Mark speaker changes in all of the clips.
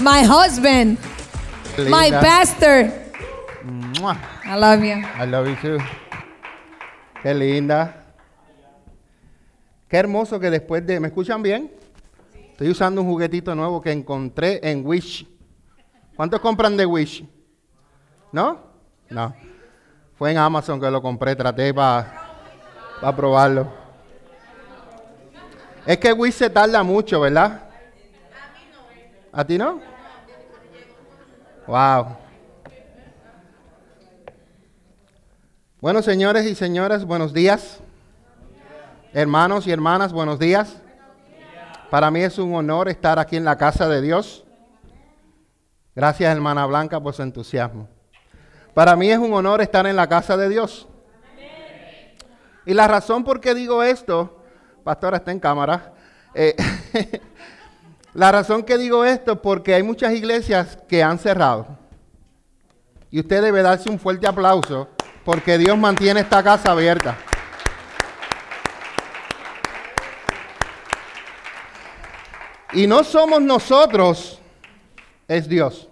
Speaker 1: my husband, my
Speaker 2: Linda.
Speaker 1: pastor.
Speaker 2: Mua.
Speaker 1: I love you.
Speaker 2: I love you too. Qué linda. Qué hermoso que después de. ¿Me escuchan bien? Estoy usando un juguetito nuevo que encontré en Wish. ¿Cuántos compran de Wish? ¿No? No. Fue en Amazon que lo compré, traté para probarlo. Es que Wish se tarda mucho, ¿verdad? ¿A ti no? Wow. Bueno, señores y señoras, buenos días. Hermanos y hermanas, buenos días. Para mí es un honor estar aquí en la casa de Dios. Gracias, hermana Blanca, por su entusiasmo. Para mí es un honor estar en la casa de Dios. Y la razón por qué digo esto, pastora está en cámara, eh, la razón que digo esto es porque hay muchas iglesias que han cerrado. Y usted debe darse un fuerte aplauso porque Dios mantiene esta casa abierta. Y no somos nosotros, es Dios.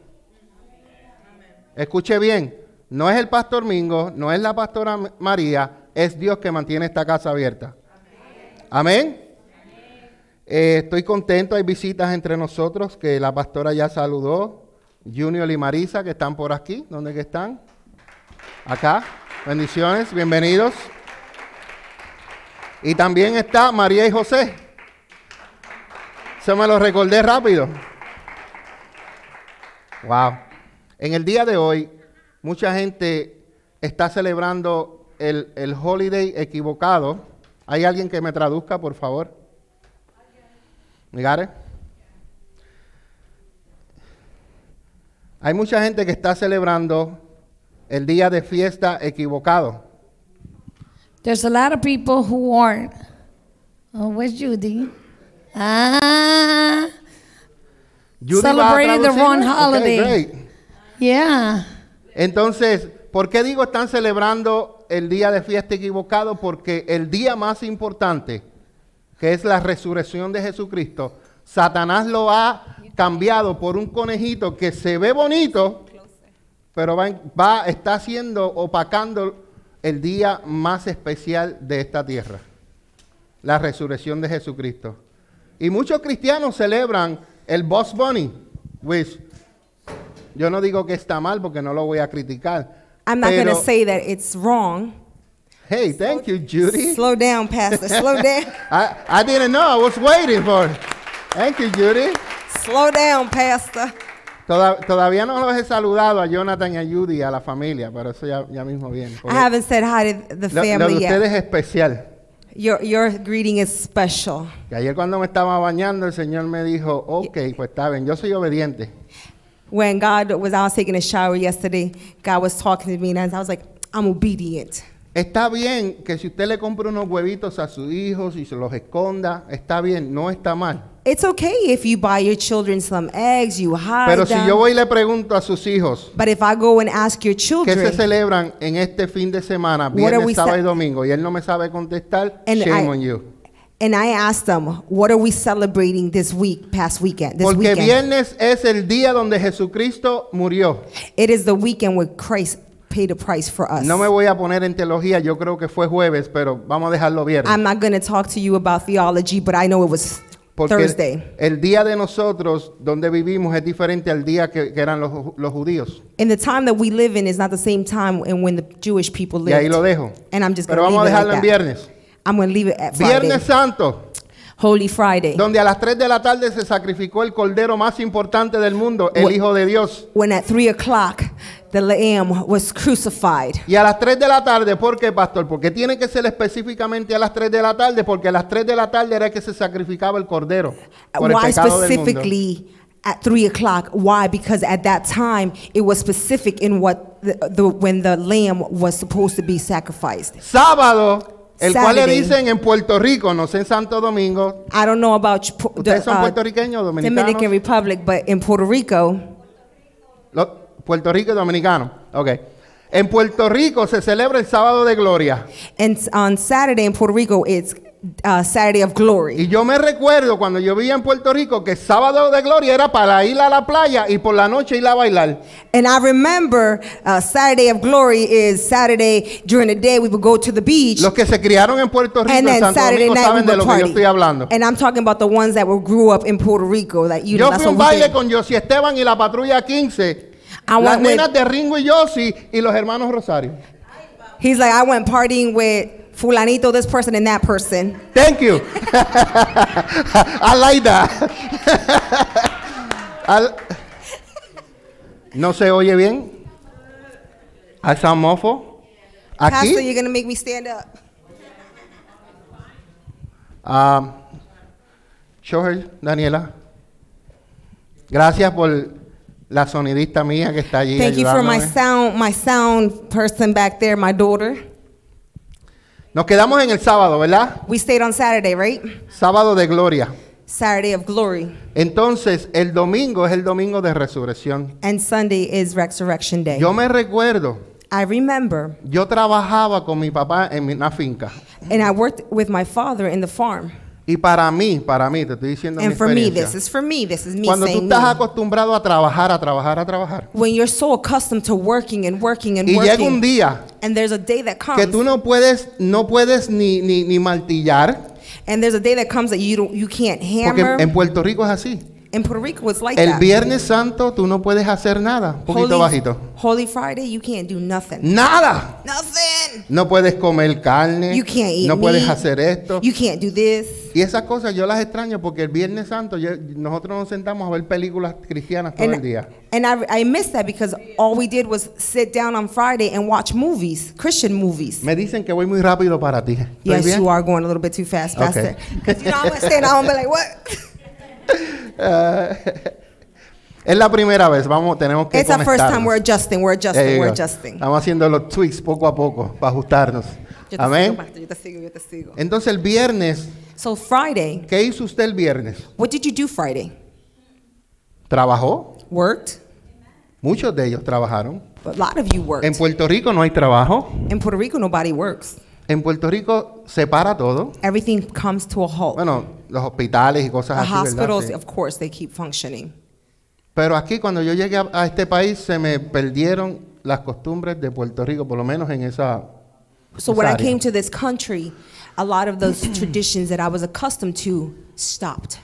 Speaker 2: Escuche bien, no es el pastor Mingo, no es la pastora M- María, es Dios que mantiene esta casa abierta. Amén. Eh, estoy contento, hay visitas entre nosotros que la pastora ya saludó, Junior y Marisa que están por aquí, ¿dónde que están? acá. Bendiciones, bienvenidos. Y también está María y José. Se me lo recordé rápido. Wow. En el día de hoy, mucha gente está celebrando el, el holiday equivocado. ¿Hay alguien que me traduzca, por favor? Migare. Hay mucha gente que está celebrando el día de fiesta equivocado.
Speaker 1: There's a lot of people who aren't. Oh, where's Judy? Ah,
Speaker 2: Judy va a
Speaker 1: Celebrating the
Speaker 2: traducir,
Speaker 1: wrong
Speaker 2: ¿no? Ok,
Speaker 1: holiday.
Speaker 2: great.
Speaker 1: yeah.
Speaker 2: Entonces, ¿por qué digo están celebrando el día de fiesta equivocado? Porque el día más importante, que es la resurrección de Jesucristo, Satanás lo ha cambiado por un conejito que se ve bonito, pero va, en- va está haciendo opacando el día más especial de esta tierra, la resurrección de Jesucristo. Y muchos cristianos celebran el Boss Bunny, which yo no digo que está mal porque no lo voy a criticar.
Speaker 3: I'm not
Speaker 2: pero-
Speaker 3: going to say that it's wrong.
Speaker 2: Hey, thank you, Judy.
Speaker 3: Slow down, Pastor. Slow down.
Speaker 2: I, I didn't know. I was waiting for. it. Thank you, Judy.
Speaker 3: Slow down, Pastor.
Speaker 2: Toda- todavía no los he saludado a Jonathan y a Judy, a la familia, pero eso ya, ya mismo viene.
Speaker 3: I haven't said hi to the
Speaker 2: Lo, lo de
Speaker 3: family yet.
Speaker 2: ustedes es especial.
Speaker 3: Your, your greeting is special.
Speaker 2: Que ayer cuando me estaba bañando, el Señor me dijo, ok, pues está bien, yo soy obediente.
Speaker 3: When God was, I was taking a shower yesterday, God was talking to me, and I was like, I'm obedient.
Speaker 2: Está bien que si usted le compra unos huevitos a sus hijos y se los esconda, está bien, no está mal.
Speaker 3: It's okay if you buy your children some eggs, you hide
Speaker 2: Pero si
Speaker 3: them.
Speaker 2: yo voy y le pregunto a sus hijos,
Speaker 3: but if I go and ask your
Speaker 2: ¿qué se
Speaker 3: children,
Speaker 2: celebran en este fin de semana,
Speaker 3: What are
Speaker 2: viernes,
Speaker 3: we
Speaker 2: sábado y
Speaker 3: ce-
Speaker 2: domingo, y él no me sabe contestar,
Speaker 3: And
Speaker 2: shame
Speaker 3: I-
Speaker 2: on you.
Speaker 3: and I ask them, what are we celebrating this week, past weekend, this
Speaker 2: Porque
Speaker 3: weekend?
Speaker 2: viernes es el día donde Jesucristo murió.
Speaker 3: It is the weekend where Christ paid a price for us.
Speaker 2: No me voy a poner en teología, yo creo que fue jueves, pero vamos a dejarlo viernes.
Speaker 3: I'm not going to talk to you about theology, but I know it was
Speaker 2: Porque
Speaker 3: Thursday.
Speaker 2: el día de nosotros, donde vivimos, es diferente al día que, que eran los, ju- los judíos.
Speaker 3: And the time that we live in is not the same time and when the Jewish people
Speaker 2: Y ahí
Speaker 3: lived.
Speaker 2: lo dejo.
Speaker 3: And I'm just
Speaker 2: Pero
Speaker 3: gonna
Speaker 2: vamos a
Speaker 3: leave it
Speaker 2: dejarlo en
Speaker 3: like that.
Speaker 2: viernes.
Speaker 3: I'm going to leave it at Friday.
Speaker 2: Viernes Santo,
Speaker 3: Holy Friday.
Speaker 2: donde a las 3 de la tarde se sacrificó el cordero más importante del mundo, el
Speaker 3: What-
Speaker 2: Hijo de Dios.
Speaker 3: When at 3 o'clock, the lamb was crucified.
Speaker 2: Y a las 3 de la tarde, ¿por qué, pastor? Porque tiene que ser específicamente a las 3 de la tarde, porque a las 3 de la tarde era que se sacrificaba el cordero por el
Speaker 3: Why
Speaker 2: pecado del mundo.
Speaker 3: specifically at 3 o'clock? Why? Because at that time, it was specific in what the, the, when the lamb was supposed to be sacrificed.
Speaker 2: Sábado, el cual le
Speaker 3: Saturday.
Speaker 2: dicen en Puerto Rico, no sé en Santo Domingo.
Speaker 3: I don't know about you- uh, pu-
Speaker 2: ¿Ustedes son puertorriqueños o dominicanos?
Speaker 3: Dominican Republic, but in Puerto Rico,
Speaker 2: lo- Puerto Rico y dominicano. Ok. En Puerto Rico se celebra el sábado de gloria.
Speaker 3: and s- on Saturday in Puerto Rico, it's uh, Saturday of Glory.
Speaker 2: Y yo me recuerdo cuando yo vivía en Puerto Rico que sábado de gloria era para ir a la playa y por la noche ir a bailar.
Speaker 3: And I remember uh, Saturday of Glory is Saturday during the day we would go to the beach.
Speaker 2: Los que se criaron en Puerto Rico, en
Speaker 3: and then
Speaker 2: Santo
Speaker 3: Saturday
Speaker 2: Domingo,
Speaker 3: night we
Speaker 2: saben de
Speaker 3: would
Speaker 2: lo que yo estoy hablando.
Speaker 3: party. And I'm talking about the ones that were grew up in Puerto Rico. That you know,
Speaker 2: Yo
Speaker 3: that's
Speaker 2: fui a
Speaker 3: what
Speaker 2: un
Speaker 3: we
Speaker 2: baile
Speaker 3: did.
Speaker 2: con Yossi Esteban y la patrulla 15.
Speaker 3: I
Speaker 2: Las
Speaker 3: went
Speaker 2: nenas
Speaker 3: with,
Speaker 2: de Ringo y Yossi y los hermanos Rosario.
Speaker 3: he's like, I went partying with fulanito, this person and that person.
Speaker 2: Thank you. I like that. I- No se oye bien. I sound mofo.
Speaker 3: Pastor,
Speaker 2: Aquí.
Speaker 3: you're gonna make me stand up.
Speaker 2: Um, show her, Daniela. Gracias por la sonidista mía que está allí.
Speaker 3: Thank you for my
Speaker 2: ayudándome.
Speaker 3: sound, my sound person back there, my daughter.
Speaker 2: Nos quedamos en el sábado, ¿verdad?
Speaker 3: We stayed on Saturday, right?
Speaker 2: Sábado de gloria.
Speaker 3: Saturday of Glory.
Speaker 2: Entonces, el domingo es el domingo de resurrección.
Speaker 3: And Sunday is Resurrection Day.
Speaker 2: Yo me recuerdo,
Speaker 3: I remember,
Speaker 2: yo trabajaba con mi papá en mi- una finca.
Speaker 3: and I worked with my father in the farm.
Speaker 2: Y para mí, para mí, te estoy diciendo mi
Speaker 3: And for me,
Speaker 2: experiencia.
Speaker 3: this is for me. This is me
Speaker 2: Cuando tú
Speaker 3: saying
Speaker 2: estás
Speaker 3: me.
Speaker 2: acostumbrado a trabajar, a trabajar, a trabajar.
Speaker 3: when you're so accustomed to working and working and
Speaker 2: Y llega un
Speaker 3: working,
Speaker 2: día
Speaker 3: and there's a day that
Speaker 2: que
Speaker 3: comes,
Speaker 2: tú no puedes, no puedes ni, ni, ni martillar.
Speaker 3: and there's a day that comes that you don't, you can't
Speaker 2: Porque
Speaker 3: hammer.
Speaker 2: en Puerto Rico es así.
Speaker 3: in Puerto Rico, it's like
Speaker 2: El
Speaker 3: that.
Speaker 2: Viernes Santo tú no puedes hacer nada. Un poquito
Speaker 3: Holy,
Speaker 2: bajito.
Speaker 3: Holy Friday, you can't do nothing.
Speaker 2: Nada.
Speaker 3: Nothing.
Speaker 2: No puedes comer carne.
Speaker 3: You can't eat
Speaker 2: no puedes
Speaker 3: meat.
Speaker 2: hacer esto.
Speaker 3: You can't do this.
Speaker 2: Y esas cosas yo las extraño porque el Viernes Santo yo- nosotros nos sentamos a ver películas cristianas todo el día.
Speaker 3: and I, I miss that because all we did was sit down on Friday and watch movies, Christian movies.
Speaker 2: Me dicen que voy muy rápido para ti. ¿Estoy
Speaker 3: Yes,
Speaker 2: bien?
Speaker 3: you are going a little bit too fast,
Speaker 2: Okay.
Speaker 3: Pastor. Because you know I'm gonna stand out and be like, what?
Speaker 2: Es la primera vez, vamos, tenemos que
Speaker 3: It's our first time.
Speaker 2: conectarnos.
Speaker 3: We're adjusting. We're adjusting.
Speaker 2: There you
Speaker 3: We're
Speaker 2: go.
Speaker 3: adjusting.
Speaker 2: Estamos haciendo los tweaks poco a poco para ajustarnos.
Speaker 3: Yo te sigo,
Speaker 2: Amén.
Speaker 3: Pastor, yo te sigo, yo te sigo.
Speaker 2: Entonces el viernes,
Speaker 3: So Friday,
Speaker 2: ¿qué hizo usted el viernes?
Speaker 3: what did you do Friday?
Speaker 2: ¿Trabajó?
Speaker 3: Worked.
Speaker 2: Muchos de ellos trabajaron.
Speaker 3: A lot of you worked.
Speaker 2: En Puerto Rico no hay trabajo.
Speaker 3: In Puerto Rico, nobody works.
Speaker 2: En Puerto Rico se para todo.
Speaker 3: Everything comes to a halt.
Speaker 2: Bueno, los hospitales y cosas
Speaker 3: the
Speaker 2: así, ¿verdad?
Speaker 3: hospitals,
Speaker 2: Sí.
Speaker 3: of course, they keep functioning.
Speaker 2: Pero aquí cuando yo llegué a, a este país se me perdieron las costumbres de Puerto Rico, por lo menos en esa...
Speaker 3: So when I
Speaker 2: área.
Speaker 3: came to this country, a lot of those traditions that I was accustomed to stopped.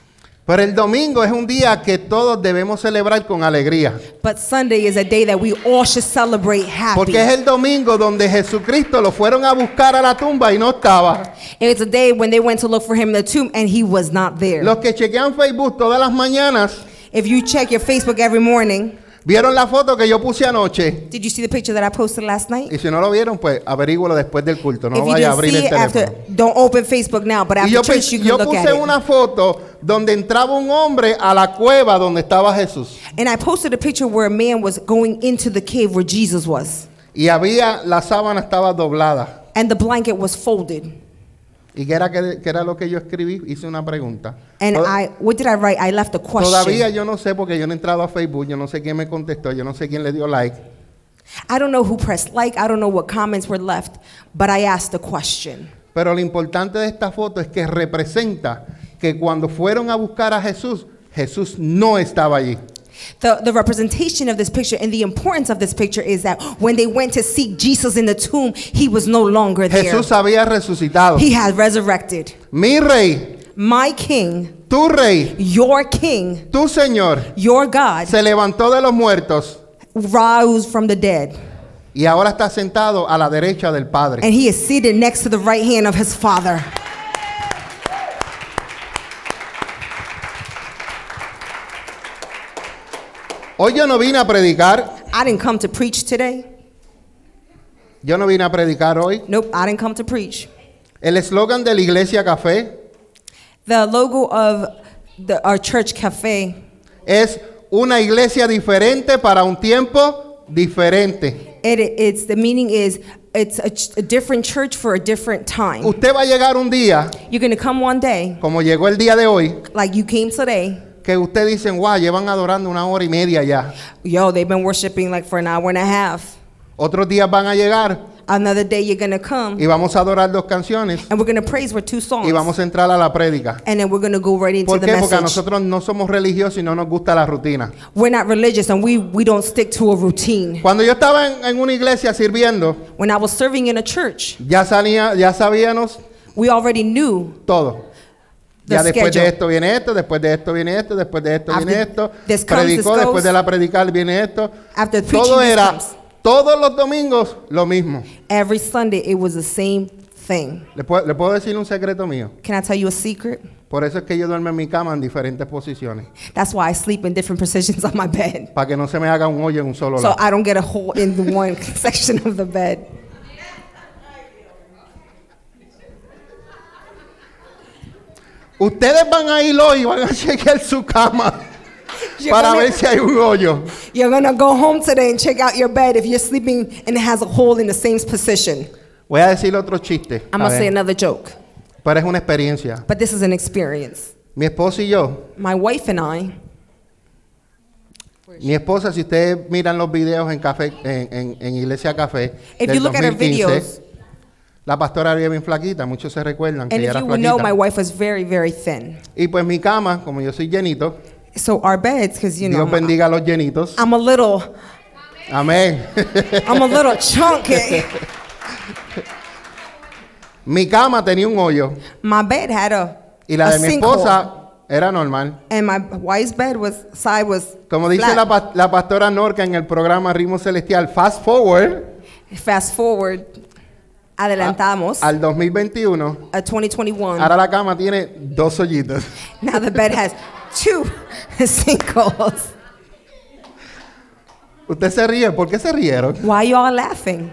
Speaker 2: Pero el domingo es un día que todos debemos celebrar con alegría.
Speaker 3: But Sunday is a day that we all should celebrate happy.
Speaker 2: Porque es el domingo donde Jesucristo lo fueron a buscar a la tumba y no estaba.
Speaker 3: It's a day when they went to look for him in the tomb and he was not there.
Speaker 2: Los que chequean Facebook todas las mañanas
Speaker 3: If you check your Facebook every morning,
Speaker 2: vieron la foto que yo puse anoche.
Speaker 3: did you see the picture that I posted last night?
Speaker 2: Y si no lo vieron, pues averígualo después del culto. No
Speaker 3: if you
Speaker 2: vaya a
Speaker 3: didn't
Speaker 2: abrir
Speaker 3: see
Speaker 2: el
Speaker 3: it after,
Speaker 2: teléfono.
Speaker 3: don't open Facebook now. But
Speaker 2: Y
Speaker 3: after
Speaker 2: yo, pe-
Speaker 3: church, you
Speaker 2: yo
Speaker 3: can look at
Speaker 2: puse
Speaker 3: it.
Speaker 2: una foto donde entraba un hombre a la cueva donde estaba Jesús.
Speaker 3: And I posted a picture where a man was going into the cave where Jesus was,
Speaker 2: Y había, la sábana estaba doblada.
Speaker 3: and the blanket was folded.
Speaker 2: ¿Y qué era, que, qué era lo que yo escribí? Hice una pregunta.
Speaker 3: And
Speaker 2: Tod-
Speaker 3: I, what did I write? I left a question.
Speaker 2: Oh. Todavía yo no sé porque yo no he entrado a Facebook, yo no sé quién me contestó, yo no sé quién le dio like.
Speaker 3: I don't know who pressed like. I don't know what comments were left, but I asked a question.
Speaker 2: Pero lo importante de esta foto es que representa que cuando fueron a buscar a Jesús, Jesús no estaba allí.
Speaker 3: The, the representation of this picture and the importance of this picture is that when they went to seek Jesus in the tomb, he was no longer there.
Speaker 2: Jesús había resucitado.
Speaker 3: He had resurrected.
Speaker 2: Mi rey,
Speaker 3: My king,
Speaker 2: tu rey,
Speaker 3: your king,
Speaker 2: tu Señor,
Speaker 3: your God,
Speaker 2: se levantó de los muertos
Speaker 3: roused from the dead.
Speaker 2: y ahora está sentado a la derecha del Padre.
Speaker 3: And he is seated next to the right hand of his father.
Speaker 2: Hoy yo no vine a predicar,
Speaker 3: I didn't come to preach today.
Speaker 2: yo no vine a predicar hoy.
Speaker 3: Nope, I didn't come to preach.
Speaker 2: El eslogan de la iglesia Café
Speaker 3: The logo of the, our church cafe
Speaker 2: es una iglesia diferente para un tiempo diferente.
Speaker 3: It, it's the meaning is it's a, ch- a different church for a different time.
Speaker 2: Usted va a llegar un día,
Speaker 3: You're gonna come one day,
Speaker 2: como llegó el día de hoy,
Speaker 3: like you came today.
Speaker 2: que usted dicen, wow, llevan adorando una hora y media ya.
Speaker 3: Yo, they've been worshiping like for an hour and a half.
Speaker 2: Otros días van a llegar
Speaker 3: Another day you're going to come
Speaker 2: y vamos a adorar dos canciones
Speaker 3: and we're going to praise for two songs.
Speaker 2: y vamos a entrar a la prédica.
Speaker 3: and then we're going to go right into
Speaker 2: ¿Por
Speaker 3: the
Speaker 2: qué? Porque a
Speaker 3: message.
Speaker 2: nosotros no somos religiosos y no nos gusta la rutina.
Speaker 3: we're not religious and we, we don't stick to a routine.
Speaker 2: Cuando yo estaba en, en una iglesia sirviendo,
Speaker 3: When I was serving in a church,
Speaker 2: ya, salía, ya sabíamos
Speaker 3: we already knew
Speaker 2: todo.
Speaker 3: The
Speaker 2: Ya después de
Speaker 3: schedule.
Speaker 2: esto viene esto, después de esto viene esto, después de esto viene
Speaker 3: After
Speaker 2: esto.
Speaker 3: this comes, this
Speaker 2: Predicó,
Speaker 3: goes.
Speaker 2: después de la predicar viene esto.
Speaker 3: After preaching,
Speaker 2: Todo
Speaker 3: this
Speaker 2: era,
Speaker 3: comes.
Speaker 2: todos los domingos lo mismo.
Speaker 3: every Sunday it was the same thing.
Speaker 2: Le puedo, le puedo decir un secreto mío.
Speaker 3: Can I tell you a secret?
Speaker 2: Por eso es que yo duermo en mi cama en diferentes posiciones.
Speaker 3: That's why I sleep in different positions on my bed.
Speaker 2: Para que no se me haga un hoyo en un solo
Speaker 3: So
Speaker 2: lado.
Speaker 3: I don't get a hole in the one section of the bed.
Speaker 2: Ustedes van a ir hoy y van a chequear su cama
Speaker 3: You're
Speaker 2: para
Speaker 3: gonna-
Speaker 2: ver si hay un hoyo.
Speaker 3: You're gonna go home today and check out your bed if you're sleeping and it has a hole in the same position.
Speaker 2: Voy a decir otro chiste.
Speaker 3: I'm
Speaker 2: a
Speaker 3: gonna say
Speaker 2: ver,
Speaker 3: another joke,
Speaker 2: pero es una experiencia.
Speaker 3: but this is an experience.
Speaker 2: Mi esposo y yo,
Speaker 3: My wife and I, Pues.
Speaker 2: mi esposa, si ustedes miran los videos en café, en, en- en Iglesia Café,
Speaker 3: if
Speaker 2: del
Speaker 3: you look at her
Speaker 2: 2015,
Speaker 3: videos,
Speaker 2: la pastora era bien flaquita, muchos se recuerdan que
Speaker 3: and
Speaker 2: ella
Speaker 3: if
Speaker 2: era
Speaker 3: you would know, my
Speaker 2: flaquita.
Speaker 3: wife was very, very thin.
Speaker 2: Y pues mi cama, como yo soy llenito,
Speaker 3: So our beds, because you know, Ah.
Speaker 2: Dios
Speaker 3: I'm,
Speaker 2: bendiga a los llenitos.
Speaker 3: I'm a little,
Speaker 2: Amén.
Speaker 3: I'm a little chunky.
Speaker 2: mi cama tenía un hoyo
Speaker 3: My bed had a,
Speaker 2: y la
Speaker 3: a
Speaker 2: de mi
Speaker 3: sinkhole,
Speaker 2: esposa era normal.
Speaker 3: and my wife's bed was side was
Speaker 2: Como dice
Speaker 3: flat.
Speaker 2: la, pas- la pastora Norca en el programa Ritmo Celestial, fast forward
Speaker 3: Fast forward,
Speaker 2: Ah,
Speaker 3: adelantamos
Speaker 2: al 2021,
Speaker 3: a 2021.
Speaker 2: ahora la cama tiene dos hoyitos.
Speaker 3: Now the bed has two sinkholes.
Speaker 2: Usted se ríe, ¿por qué se rieron?
Speaker 3: Why y'all laughing?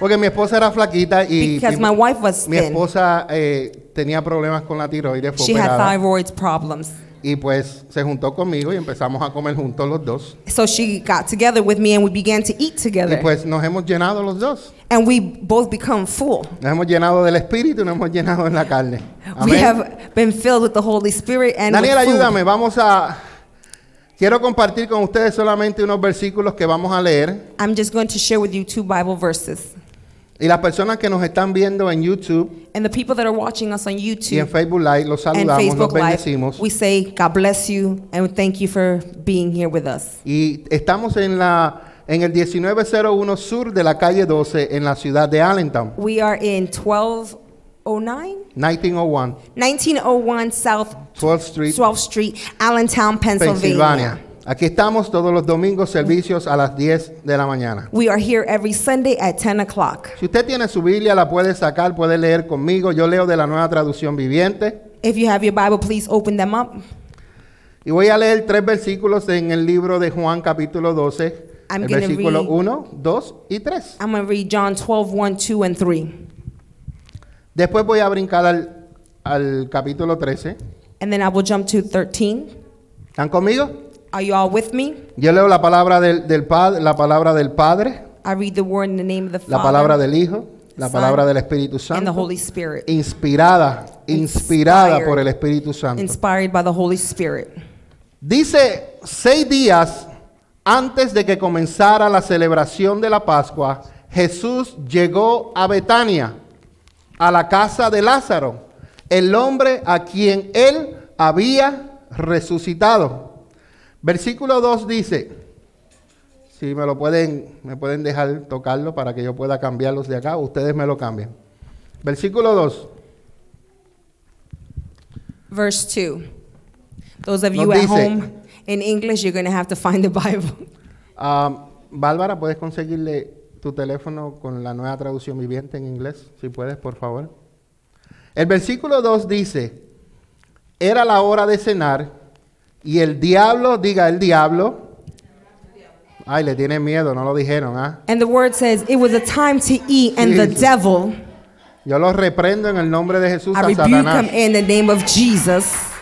Speaker 2: Porque mi esposa era flaquita y
Speaker 3: Because
Speaker 2: mi,
Speaker 3: my wife was
Speaker 2: mi
Speaker 3: thin.
Speaker 2: esposa eh, tenía problemas con la tiroides, fue
Speaker 3: She had
Speaker 2: operada.
Speaker 3: thyroid problems.
Speaker 2: y pues se juntó conmigo y empezamos a comer juntos los dos.
Speaker 3: So she got together with me and we began to eat
Speaker 2: Y
Speaker 3: together.
Speaker 2: pues nos hemos llenado los dos.
Speaker 3: And we both become full.
Speaker 2: Nos hemos llenado del espíritu y nos hemos llenado de la carne. Amén.
Speaker 3: We have been filled with the Holy Spirit and with
Speaker 2: Daniel,
Speaker 3: food.
Speaker 2: ayúdame. Vamos a. Quiero compartir con ustedes solamente unos versículos que vamos a leer.
Speaker 3: I'm just going to share with you two Bible verses.
Speaker 2: Y las personas que nos están viendo en YouTube
Speaker 3: And the people that are watching us on
Speaker 2: y en
Speaker 3: YouTube
Speaker 2: Facebook Live, los
Speaker 3: and
Speaker 2: saludamos, los
Speaker 3: Facebook
Speaker 2: bendecimos.
Speaker 3: Live, we say God bless you and thank you for being here with us.
Speaker 2: Y estamos en la en el 1901 sur de la calle 12 en la ciudad de Allentown,
Speaker 3: We are in 1209,
Speaker 2: 1901
Speaker 3: 1901 South
Speaker 2: 12th oh Street,
Speaker 3: 12th Street, Allentown,
Speaker 2: Pensilvania.
Speaker 3: Pennsylvania.
Speaker 2: Aquí estamos todos los domingos servicios a las 10 de la mañana.
Speaker 3: We are here every Sunday at 10 o'clock.
Speaker 2: Si usted tiene su Biblia, la puede sacar, puede leer conmigo. Yo leo de la nueva traducción viviente.
Speaker 3: If you have your Bible, please open them up.
Speaker 2: Y voy a leer tres versículos en el libro de Juan capítulo 12,
Speaker 3: I'm
Speaker 2: el
Speaker 3: gonna
Speaker 2: versículo
Speaker 3: read-
Speaker 2: 1, 2 y 3.
Speaker 3: I'm going to read John 12, 2, and 3.
Speaker 2: Después voy a brincar al, al capítulo 13.
Speaker 3: And then I will jump to 13.
Speaker 2: ¿Están conmigo?
Speaker 3: Are you all with me?
Speaker 2: Yo leo la palabra del, del Padre, la palabra del Padre,
Speaker 3: I read the word in the name of the
Speaker 2: la
Speaker 3: Father
Speaker 2: palabra del Hijo, la
Speaker 3: Son,
Speaker 2: palabra del Espíritu
Speaker 3: and the
Speaker 2: Santo,
Speaker 3: Holy Spirit,
Speaker 2: inspirada, inspirada
Speaker 3: Inspired.
Speaker 2: por el Espíritu Santo.
Speaker 3: inspired by the Holy Spirit.
Speaker 2: Dice, seis días antes de que comenzara la celebración de la Pascua, Jesús llegó a Betania, a la casa de Lázaro, el hombre a quien él había resucitado. Versículo 2 dice, si me lo pueden, me pueden dejar tocarlo para que yo pueda cambiarlos de acá, ustedes me lo cambian. Versículo 2
Speaker 3: Verse 2. Those of you
Speaker 2: Nos
Speaker 3: at
Speaker 2: dice-
Speaker 3: home in English, you're going to have to find the Bible.
Speaker 2: Ah, Bárbara, ¿puedes conseguirle tu teléfono con la nueva traducción viviente en inglés? Si puedes, por favor. El versículo 2 dice, era la hora de cenar y el diablo, diga el diablo, ay, le tiene miedo, no lo dijeron, ¿ah?
Speaker 3: And the word says, It was a time to eat, and the
Speaker 2: Jesus.
Speaker 3: devil,
Speaker 2: Yo los reprendo en el nombre de Jesús
Speaker 3: I
Speaker 2: a
Speaker 3: rebuke him
Speaker 2: Satanás.
Speaker 3: in the name of Jesus.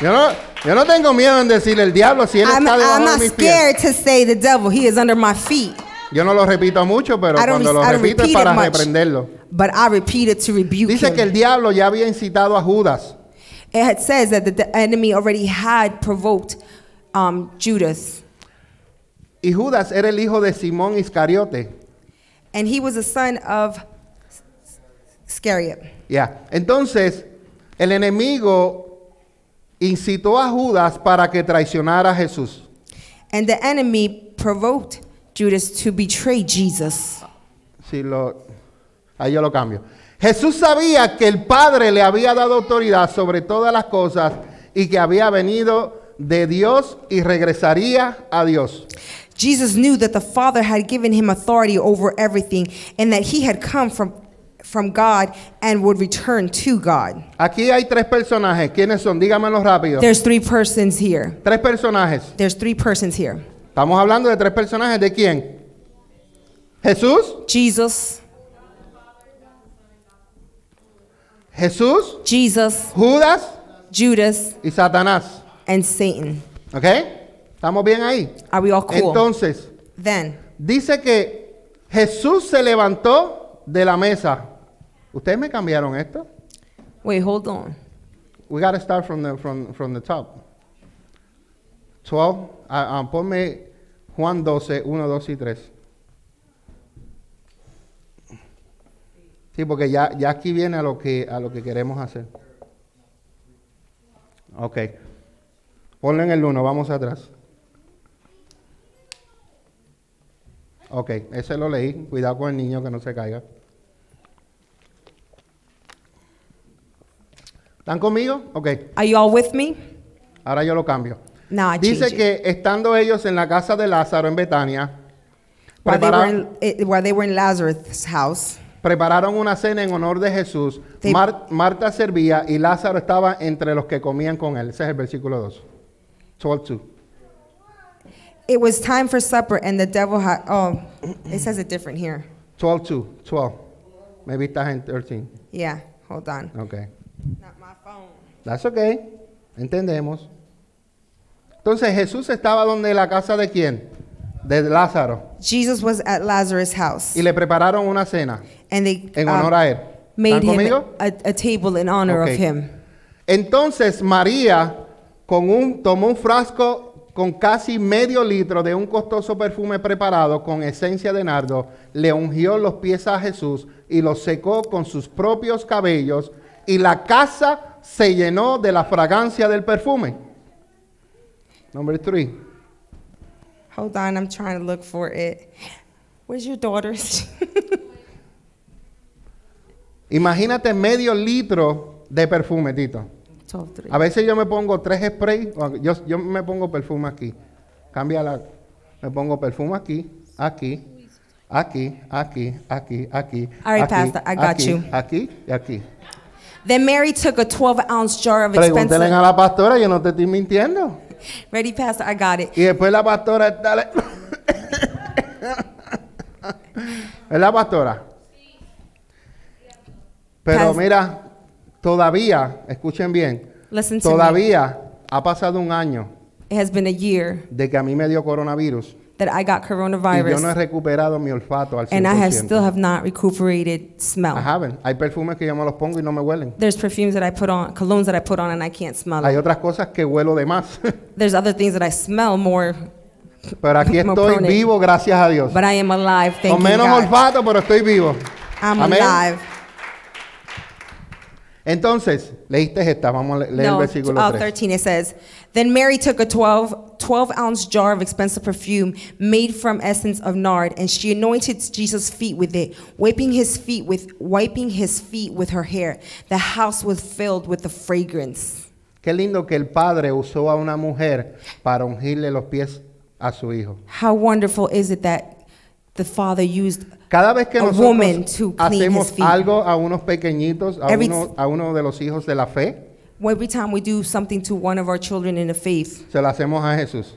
Speaker 2: Yo no, yo no tengo miedo en decirle el diablo si él
Speaker 3: I'm,
Speaker 2: está
Speaker 3: I'm
Speaker 2: debajo de
Speaker 3: not
Speaker 2: mis pies.
Speaker 3: scared to say the devil, he is under my feet,
Speaker 2: Yo no lo repito mucho, pero
Speaker 3: I don't
Speaker 2: cuando
Speaker 3: re-
Speaker 2: lo
Speaker 3: I don't
Speaker 2: repito es
Speaker 3: repeat it
Speaker 2: para
Speaker 3: much.
Speaker 2: reprenderlo.
Speaker 3: but I repeat it to rebuke
Speaker 2: Dice que el
Speaker 3: him.
Speaker 2: diablo ya había incitado a Judas.
Speaker 3: It had says that the de- enemy already had provoked um, Judas,
Speaker 2: Y Judas era el hijo de Simón Iscariote,
Speaker 3: and he was a son of S- S- Iscariot.
Speaker 2: Ya. Entonces, el enemigo incitó a Judas para que traicionara a Jesús.
Speaker 3: And the enemy provoked Judas to betray Jesus.
Speaker 2: Si lo, ahí yo lo cambio. Jesús sabía que el Padre le había dado autoridad sobre todas las cosas y que había venido de Dios y regresaría a Dios.
Speaker 3: Jesus knew that the Father had given him authority over everything and that he had come from, from God and would return to God.
Speaker 2: Aquí hay tres personajes. ¿Quiénes son? Dígamelo rápido.
Speaker 3: There's three persons here.
Speaker 2: Tres personajes.
Speaker 3: There's three persons here
Speaker 2: Estamos hablando de tres personajes. ¿De quién? Jesús,
Speaker 3: Jesus,
Speaker 2: Jesús,
Speaker 3: Jesus,
Speaker 2: Judas
Speaker 3: Judas,
Speaker 2: y Satanás.
Speaker 3: and Satan.
Speaker 2: ¿Ok? ¿Estamos bien ahí?
Speaker 3: Are we all cool?
Speaker 2: Entonces,
Speaker 3: then,
Speaker 2: dice que Jesús se levantó de la mesa. ¿Ustedes me cambiaron esto?
Speaker 3: wait, hold on.
Speaker 2: We gotta start from the, from, from the top. 12, ah, ah, ponme Juan 12, 1, 2 y 3. Sí, porque ya, ya aquí viene a lo, que, a lo que queremos hacer. Ok. Ponlo en el 1, vamos atrás. Ok, ese lo leí. Cuidado con el niño que no se caiga. ¿Están conmigo? Ok.
Speaker 3: Are you all with me?
Speaker 2: Ahora yo lo cambio.
Speaker 3: Now I change
Speaker 2: Dice
Speaker 3: it.
Speaker 2: que estando ellos en la casa de Lázaro en Betania,
Speaker 3: While they, were
Speaker 2: prepara-
Speaker 3: in, eh, while they were in Lazarus' house,
Speaker 2: prepararon una cena en honor de Jesús.
Speaker 3: They-
Speaker 2: Mar- Marta servía y Lázaro estaba entre los que comían con él. Ese es el versículo 2. 12
Speaker 3: it was time for supper, and the devil had. Oh, it says it different here.
Speaker 2: 12 2, 12. Maybe estás en 13.
Speaker 3: Yeah, hold on.
Speaker 2: Ok.
Speaker 3: Not my phone.
Speaker 2: That's ok. Entendemos. Entonces Jesús estaba donde la casa de quién? De Lázaro.
Speaker 3: Jesus was at Lazarus' house,
Speaker 2: Y le prepararon una cena
Speaker 3: and they
Speaker 2: en
Speaker 3: um,
Speaker 2: honor a él.
Speaker 3: made
Speaker 2: ¿Están
Speaker 3: him
Speaker 2: conmigo?
Speaker 3: a, a table in honor
Speaker 2: Ok.
Speaker 3: of him.
Speaker 2: Entonces María con un- tomó un frasco con casi medio litro de un costoso perfume preparado con esencia de nardo, le ungió los pies a Jesús y los secó con sus propios cabellos y la casa se llenó de la fragancia del perfume. Number three.
Speaker 3: Hold on, I'm trying to look for it. Where's your daughter's?
Speaker 2: Imagínate medio litro de perfume, Tito.
Speaker 3: 12 3.
Speaker 2: A veces yo me pongo tres sprays, o yo, yo me pongo perfume aquí. Cambia la. Me pongo perfume aquí, aquí, aquí, aquí, aquí, aquí.
Speaker 3: All right,
Speaker 2: aquí,
Speaker 3: Pastor, I got
Speaker 2: aquí,
Speaker 3: you.
Speaker 2: Aquí y aquí.
Speaker 3: Then Mary took a 12 ounce jar of
Speaker 2: Pregúntenle a
Speaker 3: expensive.
Speaker 2: la pastora, yo no te estoy mintiendo.
Speaker 3: Ready, Pastor? I got it.
Speaker 2: Y después la pastora está. le- ¿Es la pastora? Pero
Speaker 3: Pas-
Speaker 2: mira, todavía, escuchen bien,
Speaker 3: Listen to me.
Speaker 2: todavía ha pasado un año
Speaker 3: It has been a year
Speaker 2: de que a mí me dio coronavirus.
Speaker 3: that I got
Speaker 2: Y yo no he
Speaker 3: coronavirus,
Speaker 2: recuperado mi olfato al 100%.
Speaker 3: and I have still have not recuperated smell.
Speaker 2: I haven't. Hay perfumes que yo me los pongo y no me huelen.
Speaker 3: There's perfumes that I put on, colognes that I put on, and I can't smell
Speaker 2: Hay
Speaker 3: it.
Speaker 2: otras cosas que huelo de más.
Speaker 3: There's other things that I smell more,
Speaker 2: pero aquí
Speaker 3: More
Speaker 2: estoy
Speaker 3: prone.
Speaker 2: vivo, gracias a Dios.
Speaker 3: but I am alive. Thank
Speaker 2: Con
Speaker 3: you,
Speaker 2: menos
Speaker 3: God.
Speaker 2: olfato, pero estoy vivo.
Speaker 3: I'm
Speaker 2: Amén.
Speaker 3: alive.
Speaker 2: Entonces, leíste esta, vamos a le- leer
Speaker 3: no,
Speaker 2: el versículo
Speaker 3: uh,
Speaker 2: 3.
Speaker 3: 13 it says, Then Mary took a 12, 12 ounce jar of expensive perfume made from essence of nard, and she anointed Jesus' feet with it, wiping his feet with wiping his feet with her hair. The house was filled with the fragrance.
Speaker 2: Qué lindo que el padre usó a una mujer para ungirle los pies a su hijo.
Speaker 3: How wonderful is it that the Father used
Speaker 2: Cada vez que
Speaker 3: A woman
Speaker 2: nosotros
Speaker 3: to clean his
Speaker 2: hacemos
Speaker 3: feet.
Speaker 2: algo a unos pequeñitos, a
Speaker 3: Every-
Speaker 2: uno, a uno de los hijos de la fe,
Speaker 3: every time we do something to one of our children in the faith,
Speaker 2: se lo hacemos a Jesús.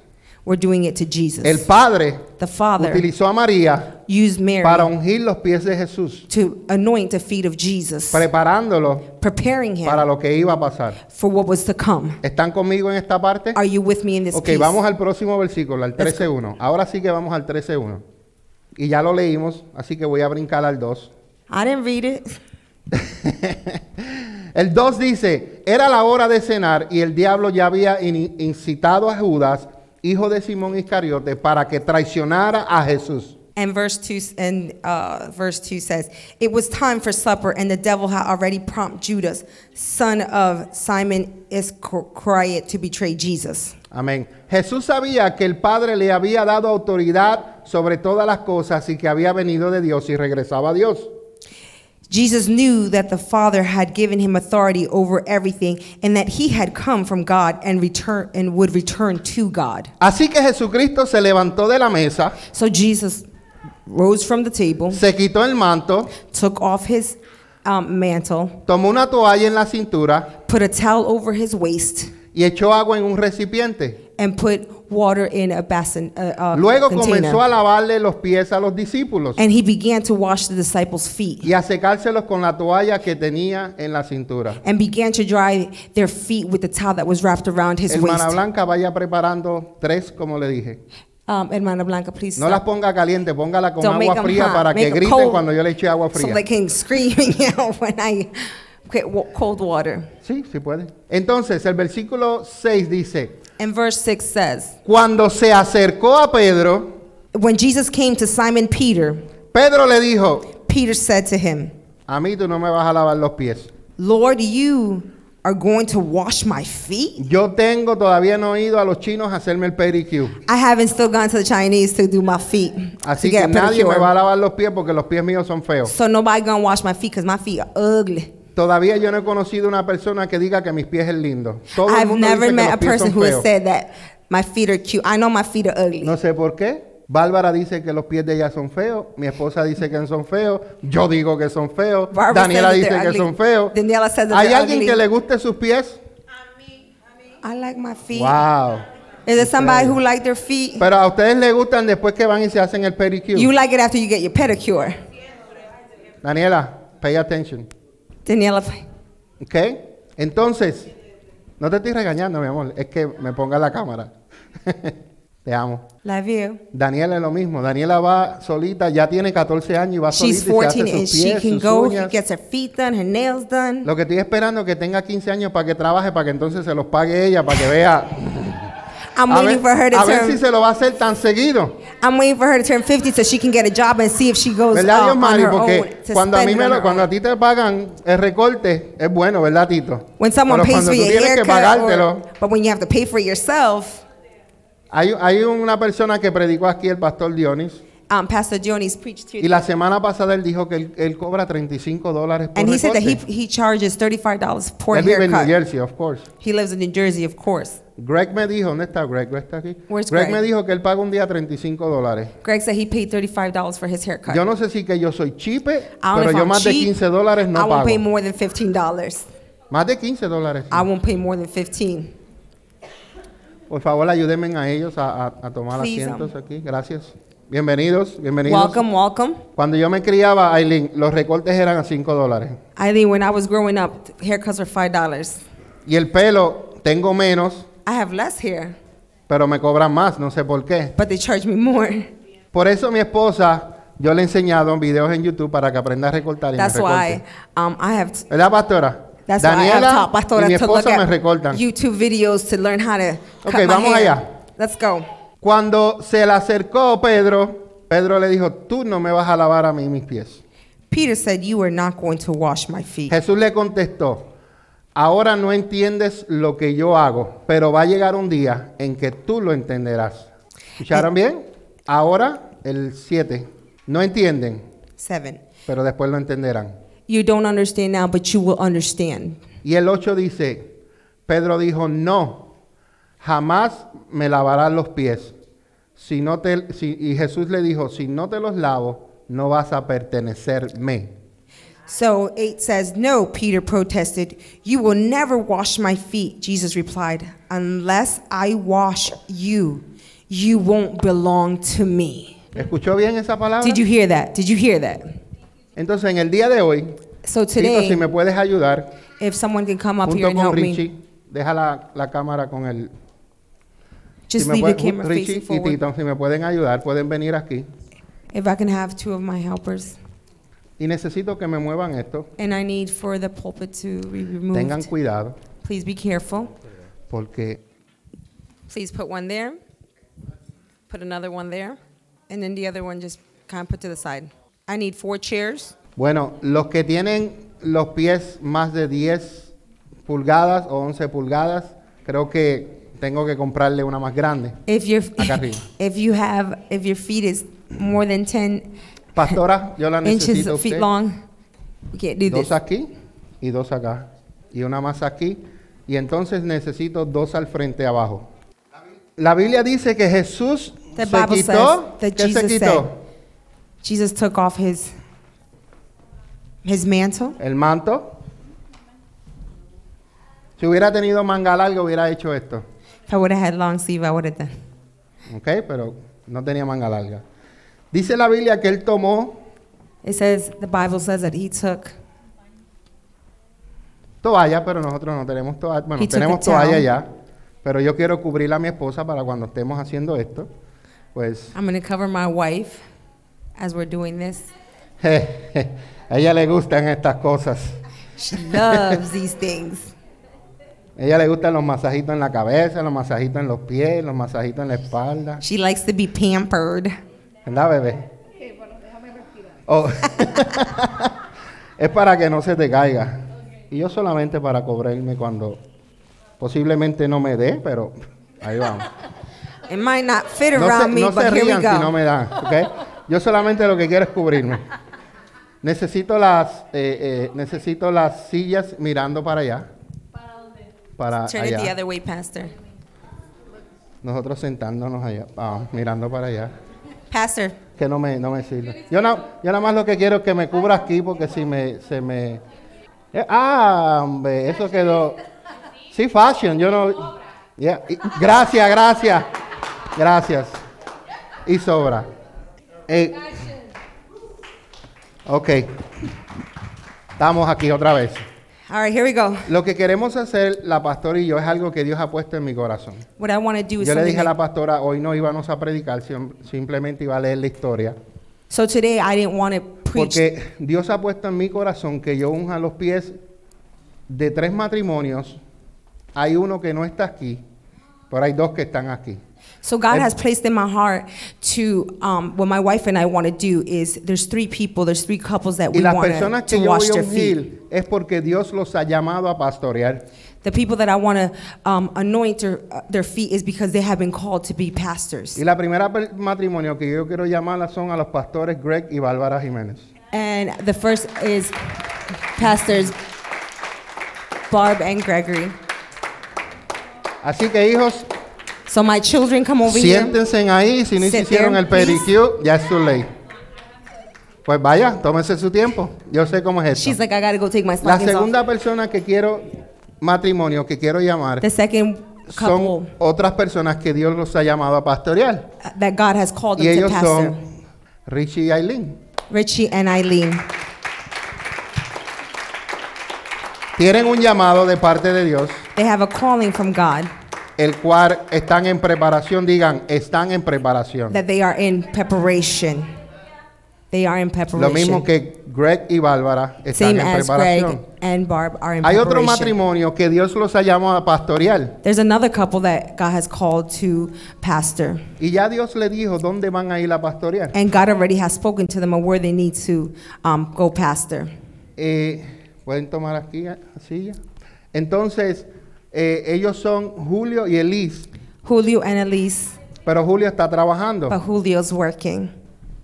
Speaker 3: we're doing it to Jesus.
Speaker 2: El padre
Speaker 3: the Father
Speaker 2: utilizó a María
Speaker 3: used Mary
Speaker 2: para ungir los pies de Jesús,
Speaker 3: to anoint the feet of Jesus,
Speaker 2: preparándolo
Speaker 3: preparing him
Speaker 2: para lo que iba a pasar.
Speaker 3: for what was to come.
Speaker 2: ¿Están conmigo en esta parte?
Speaker 3: Are you with me in this
Speaker 2: Ok,
Speaker 3: piece?
Speaker 2: vamos al próximo versículo, al
Speaker 3: Let's
Speaker 2: 13.1. Ahora sí que vamos al 13.1. Y ya lo leímos, así que voy a brincar al 2.
Speaker 3: I didn't read it.
Speaker 2: El 2 dice, era la hora de cenar y el diablo ya había in- incitado a Judas, hijo de Simón Iscariote, para que traicionara a Jesús.
Speaker 3: And verse two and uh, verse two says, "It was time for supper, and the devil had already prompted Judas, son of Simon Iscariot, to betray Jesus."
Speaker 2: Amén. Jesús sabía que el Padre le había dado autoridad sobre todas las cosas y que había venido de Dios y regresaba a Dios.
Speaker 3: Jesus knew that the Father had given him authority over everything, and that he had come from God and return and would return to God.
Speaker 2: Así que Jesucristo se levantó de la mesa,
Speaker 3: So Jesus rose from the table,
Speaker 2: se quitó el manto,
Speaker 3: took off his um, mantle,
Speaker 2: tomó una toalla en la cintura
Speaker 3: put a towel over his waist,
Speaker 2: y echó agua en un recipiente.
Speaker 3: and put water in a basin. Uh, uh,
Speaker 2: Luego
Speaker 3: container.
Speaker 2: comenzó a lavarle los pies a los discípulos
Speaker 3: And he began to wash the disciples' feet
Speaker 2: y a secárselos con la toalla que tenía en la cintura.
Speaker 3: and began to dry their feet with the towel that was wrapped around his
Speaker 2: Hermana
Speaker 3: waist.
Speaker 2: Blanca, vaya preparando tres, como le dije.
Speaker 3: um, Hermana Blanca, please.
Speaker 2: No las
Speaker 3: stop.
Speaker 2: ponga caliente, póngala con
Speaker 3: Don't make
Speaker 2: agua
Speaker 3: 'em
Speaker 2: fría
Speaker 3: hot.
Speaker 2: para que
Speaker 3: Make 'em
Speaker 2: griten
Speaker 3: cold.
Speaker 2: cuando yo le eche agua
Speaker 3: so
Speaker 2: fría.
Speaker 3: they can scream out when I get wa- cold water.
Speaker 2: Sí, sí puede. Entonces, el versículo 6 dice,
Speaker 3: And verse 6 says,
Speaker 2: cuando se acercó a Pedro,
Speaker 3: When Jesus came to Simon Peter,
Speaker 2: Pedro le dijo,
Speaker 3: Peter said to him,
Speaker 2: a mí tú no me vas a lavar los pies.
Speaker 3: Lord, you are going to wash my feet?
Speaker 2: Yo tengo, todavía no he ido a los chinos a hacerme el pedicure.
Speaker 3: I haven't still gone to the Chinese to do my feet.
Speaker 2: Así
Speaker 3: to
Speaker 2: que
Speaker 3: get a
Speaker 2: nadie me
Speaker 3: pedicure.
Speaker 2: va a lavar los pies porque los pies míos son feos.
Speaker 3: So nobody gonna wash my feet because my feet are ugly.
Speaker 2: Todavía yo no he conocido una persona que diga que mis pies es lindo. Todo el
Speaker 3: I've
Speaker 2: mundo dice
Speaker 3: never
Speaker 2: que
Speaker 3: met
Speaker 2: los
Speaker 3: a
Speaker 2: pies
Speaker 3: person
Speaker 2: son
Speaker 3: who has
Speaker 2: feos.
Speaker 3: said that my feet are cute. I know my feet are ugly.
Speaker 2: No sé por qué. Bárbara dice que los pies de ella son feos. Mi esposa dice que son feos. Yo digo que son feos.
Speaker 3: Barbara
Speaker 2: Daniela
Speaker 3: says that
Speaker 2: dice
Speaker 3: they're
Speaker 2: que
Speaker 3: ugly.
Speaker 2: son feos.
Speaker 3: Daniela says that
Speaker 2: ¿Hay
Speaker 3: they're
Speaker 2: alguien
Speaker 3: ugly.
Speaker 2: que le guste sus pies?
Speaker 3: I like my feet.
Speaker 2: Wow.
Speaker 3: Is there somebody who like their feet?
Speaker 2: Pero a ustedes les gustan después que van y se hacen el pedicure.
Speaker 3: You like it after you get your pedicure.
Speaker 2: Daniela, pay attention.
Speaker 3: Daniela,
Speaker 2: ¿Ok? Entonces, no te estoy regañando, mi amor. Es que me ponga la cámara. te amo.
Speaker 3: love you.
Speaker 2: Daniela es lo mismo. Daniela va solita, ya tiene 14 años y va
Speaker 3: She's
Speaker 2: solita y se
Speaker 3: 14
Speaker 2: hace
Speaker 3: and
Speaker 2: sus
Speaker 3: she
Speaker 2: pies,
Speaker 3: can
Speaker 2: sus
Speaker 3: go. She
Speaker 2: uñas.
Speaker 3: gets her feet done, her nails done.
Speaker 2: Lo que estoy esperando es que tenga 15 años para que trabaje, para que entonces se los pague ella, para que vea.
Speaker 3: I'm
Speaker 2: A
Speaker 3: waiting
Speaker 2: ver,
Speaker 3: for her to
Speaker 2: a ver si
Speaker 3: turn.
Speaker 2: se lo va a hacer tan seguido.
Speaker 3: I'm waiting for her to turn 50 so she can get a job and see if she goes
Speaker 2: ¿Verdad,
Speaker 3: uh,
Speaker 2: Dios
Speaker 3: on
Speaker 2: Mari?
Speaker 3: her own.
Speaker 2: Porque
Speaker 3: To
Speaker 2: cuando a,
Speaker 3: spend
Speaker 2: mí
Speaker 3: it
Speaker 2: me
Speaker 3: on
Speaker 2: lo-
Speaker 3: her
Speaker 2: cuando
Speaker 3: own.
Speaker 2: a ti te pagan el recorte, es bueno, ¿verdad, Tito?
Speaker 3: When someone
Speaker 2: Pero
Speaker 3: pays
Speaker 2: cuando
Speaker 3: for
Speaker 2: tú
Speaker 3: your
Speaker 2: tienes que
Speaker 3: haircut, or-
Speaker 2: pagártelo,
Speaker 3: but when you have to pay for it yourself,
Speaker 2: hay, hay una persona que predicó aquí, el pastor Dionis,
Speaker 3: um, Pastor Jonis preached here
Speaker 2: y la semana pasada él dijo que él, él cobra 35 dólares por
Speaker 3: And he said
Speaker 2: recorte.
Speaker 3: that he, he charges thirty-five dollars per
Speaker 2: él vive en New
Speaker 3: haircut.
Speaker 2: Jersey, of course.
Speaker 3: He lives in New Jersey, of course.
Speaker 2: Greg me dijo, ¿dónde está Greg? Greg está aquí.
Speaker 3: Where's
Speaker 2: Greg
Speaker 3: Greg?
Speaker 2: me dijo que él paga un día 35 dólares.
Speaker 3: Greg said he paid thirty-five dollars for his haircut.
Speaker 2: Yo no sé si que yo soy chipe,
Speaker 3: I don't know
Speaker 2: pero
Speaker 3: if
Speaker 2: yo
Speaker 3: I'm
Speaker 2: más de
Speaker 3: cheap.
Speaker 2: 15 dólares
Speaker 3: I
Speaker 2: no
Speaker 3: won't pay
Speaker 2: pago.
Speaker 3: more than fifteen dollars.
Speaker 2: Más de 15 dólares. sí.
Speaker 3: I won't pay more than fifteen.
Speaker 2: Por favor, ayúdenme a ellos a, a- a tomar
Speaker 3: Please,
Speaker 2: asientos aquí. Gracias. Bienvenidos, bienvenidos.
Speaker 3: Welcome, welcome.
Speaker 2: Cuando yo me criaba, Aileen, los recortes eran a 5 dólares.
Speaker 3: I think when I was growing up, haircuts were five dollars.
Speaker 2: Y el pelo, tengo menos,
Speaker 3: I have less hair,
Speaker 2: pero me cobran más, no sé por qué.
Speaker 3: but they charge me more.
Speaker 2: Por eso mi esposa, yo le he enseñado videos en YouTube para que aprenda a recortar y
Speaker 3: That's
Speaker 2: me recorte.
Speaker 3: why um, I have.
Speaker 2: ¿Verdad, pastora?
Speaker 3: that's why I
Speaker 2: Daniela
Speaker 3: have
Speaker 2: y mi
Speaker 3: taught Pastora to look
Speaker 2: esposa me
Speaker 3: at
Speaker 2: recortan.
Speaker 3: YouTube videos to learn how to cut
Speaker 2: Okay,
Speaker 3: my
Speaker 2: vamos
Speaker 3: hair.
Speaker 2: allá.
Speaker 3: Let's go.
Speaker 2: Cuando se le acercó Pedro, Pedro le dijo, tú no me vas a lavar a mí mis pies.
Speaker 3: Peter said, "You are not going to wash my feet."
Speaker 2: Jesús le contestó, ahora no entiendes lo que yo hago, pero va a llegar un día en que tú lo entenderás. ¿Escucharon bien? Ahora el 7. No entienden,
Speaker 3: Seven.
Speaker 2: pero después lo entenderán.
Speaker 3: You don't understand now, but you will understand.
Speaker 2: Y el 8 dice, Pedro dijo, no, jamás me lavarás los pies. Si no te, si- y Jesús le dijo, si no te los lavo, no vas a pertenecerme.
Speaker 3: So 8 says, No, Peter protested. You will never wash my feet. Jesus replied, Unless I wash you, you won't belong to me.
Speaker 2: ¿Escuchó bien esa palabra?
Speaker 3: Did you hear that? Did you hear that?
Speaker 2: Entonces, en el día de hoy,
Speaker 3: So
Speaker 2: Tito, si
Speaker 3: today,
Speaker 2: me puedes ayudar,
Speaker 3: if someone can come up here
Speaker 2: junto
Speaker 3: and
Speaker 2: con
Speaker 3: help me,
Speaker 2: Richie, deja la, la cámara con el...
Speaker 3: just
Speaker 2: si me
Speaker 3: leave the
Speaker 2: puede-
Speaker 3: camera
Speaker 2: Richie
Speaker 3: facing
Speaker 2: y
Speaker 3: forward.
Speaker 2: Tito, si me pueden ayudar, pueden venir aquí.
Speaker 3: If I can have two of my helpers.
Speaker 2: Y necesito que me muevan esto.
Speaker 3: And I need for the pulpit to be
Speaker 2: Tengan
Speaker 3: removed.
Speaker 2: cuidado,
Speaker 3: Please be careful.
Speaker 2: porque
Speaker 3: Please put one there. Put another one there. And then the other one just Kind of put to the side. I need four chairs.
Speaker 2: Bueno, los que tienen los pies más de 10 pulgadas o 11 pulgadas, creo que tengo que comprarle una más grande.
Speaker 3: If your
Speaker 2: Acá arriba.
Speaker 3: if you have if your feet is more than ten
Speaker 2: Pastora, yo la
Speaker 3: inches
Speaker 2: necesito a
Speaker 3: of feet
Speaker 2: usted.
Speaker 3: long, you can't do
Speaker 2: Dos
Speaker 3: this.
Speaker 2: aquí y dos acá. Y una más aquí. Y entonces necesito dos al frente abajo. La Biblia dice que Jesús
Speaker 3: The
Speaker 2: se
Speaker 3: Bible
Speaker 2: quitó.
Speaker 3: says that
Speaker 2: ¿Qué se
Speaker 3: Jesus
Speaker 2: quitó?
Speaker 3: Jesus took off his his mantle.
Speaker 2: El manto. Si hubiera tenido manga larga, hubiera hecho esto.
Speaker 3: If I would have had long sleeve, I would have done.
Speaker 2: ¿Ok? Pero no tenía manga larga. Dice la Biblia que él tomó
Speaker 3: It says the Bible says that he took
Speaker 2: toalla, pero nosotros no tenemos toalla. Bueno,
Speaker 3: He took
Speaker 2: tenemos
Speaker 3: a towel.
Speaker 2: toalla ya. Pero yo quiero cubrir a mi esposa para cuando estemos haciendo esto. Pues
Speaker 3: I'm gonna cover my wife as we're doing this.
Speaker 2: a ella le gustan estas cosas.
Speaker 3: She loves these things.
Speaker 2: A ella le gustan los masajitos en la cabeza, los masajitos en los pies, los masajitos en la espalda.
Speaker 3: She likes to be pampered.
Speaker 2: ¿Verdad, bebé? Oh. es para que no se te caiga. Y yo solamente para cobrarme cuando posiblemente no me dé, pero ahí vamos.
Speaker 3: It might not fit
Speaker 2: No
Speaker 3: around
Speaker 2: se,
Speaker 3: me,
Speaker 2: no se
Speaker 3: but here we
Speaker 2: rían si no
Speaker 3: go.
Speaker 2: me dan, ¿ok? Yo solamente lo que quiero es cubrirme. Necesito las, eh, eh, necesito las sillas mirando para allá. ¿Para
Speaker 3: Turn it the
Speaker 2: allá.
Speaker 3: other way, Pastor.
Speaker 2: Nosotros sentándonos allá, ah, mirando para allá.
Speaker 3: Pastor,
Speaker 2: Que no me, no me sirve. Yo, na- yo nada más lo que quiero es que me cubra aquí porque si me, se me... Eh, ah, hombre, eso quedó... Sí, fashion, yo no... Yeah, y- Gracias, gracias. Gracias. Y sobra. Eh, ok. Estamos aquí otra vez.
Speaker 3: all right, here we go.
Speaker 2: Lo que queremos hacer, la pastora y yo, es algo que Dios ha puesto en mi corazón.
Speaker 3: What I want to do is
Speaker 2: Yo le
Speaker 3: something
Speaker 2: dije a la
Speaker 3: that-
Speaker 2: pastora, hoy no íbamos a predicar, sim- simplemente iba a leer la historia.
Speaker 3: So today I didn't want to preach.
Speaker 2: Porque Dios ha puesto en mi corazón que yo unja los pies de tres matrimonios. Hay uno que no está aquí, pero hay dos que están aquí.
Speaker 3: so God
Speaker 2: I-
Speaker 3: has placed in my heart to um, what my wife and I want to do is there's three people, there's three couples that
Speaker 2: Y
Speaker 3: we
Speaker 2: las
Speaker 3: want
Speaker 2: personas
Speaker 3: to
Speaker 2: que yo
Speaker 3: wash
Speaker 2: voy a
Speaker 3: their feet.
Speaker 2: ungir es porque Dios los ha llamado a pastorear.
Speaker 3: The people that I want to um, anoint their, uh, their feet is because they have been called to be pastors.
Speaker 2: Y la primera per- matrimonio que yo quiero llamarla son a los pastores Greg y Bárbara Jiménez.
Speaker 3: And the first is pastors Barb and Gregory.
Speaker 2: Así que hijos,
Speaker 3: So my children come over here.
Speaker 2: siéntense ahí. Si no
Speaker 3: Sit
Speaker 2: hicieron
Speaker 3: there,
Speaker 2: el
Speaker 3: please.
Speaker 2: pedicure, ya es su ley. Pues vaya, tómense su tiempo. Yo sé cómo es esto.
Speaker 3: She's like, I gotta go take my
Speaker 2: La
Speaker 3: stockings off.
Speaker 2: segunda persona que quiero, matrimonio que quiero llamar,
Speaker 3: The second couple
Speaker 2: son otras personas que Dios los ha llamado a pastorear.
Speaker 3: uh, that God has called
Speaker 2: Y
Speaker 3: them to
Speaker 2: ellos
Speaker 3: pastor.
Speaker 2: son Richie y Aileen.
Speaker 3: Richie and Eileen.
Speaker 2: Tienen un llamado de parte de Dios,
Speaker 3: They have a calling from God
Speaker 2: el cual están en preparación. Digan, están en preparación.
Speaker 3: that they are in preparation. They are in
Speaker 2: Lo
Speaker 3: preparation.
Speaker 2: mismo que Greg y Bárbara están
Speaker 3: Same
Speaker 2: en
Speaker 3: as
Speaker 2: preparación.
Speaker 3: Greg and Barb are in
Speaker 2: Hay otro
Speaker 3: preparation.
Speaker 2: matrimonio que Dios los ha llamado a pastorear.
Speaker 3: There's another couple that God has called to pastor,
Speaker 2: Y ya Dios le dijo dónde van a ir a pastorear.
Speaker 3: and God already has spoken to them of where they need to um, go pastor.
Speaker 2: Eh, Pueden tomar aquí eh, silla. Entonces, eh, ellos son Julio y Elise,
Speaker 3: Julio and Elise,
Speaker 2: pero Julio está trabajando.
Speaker 3: but Julio's working.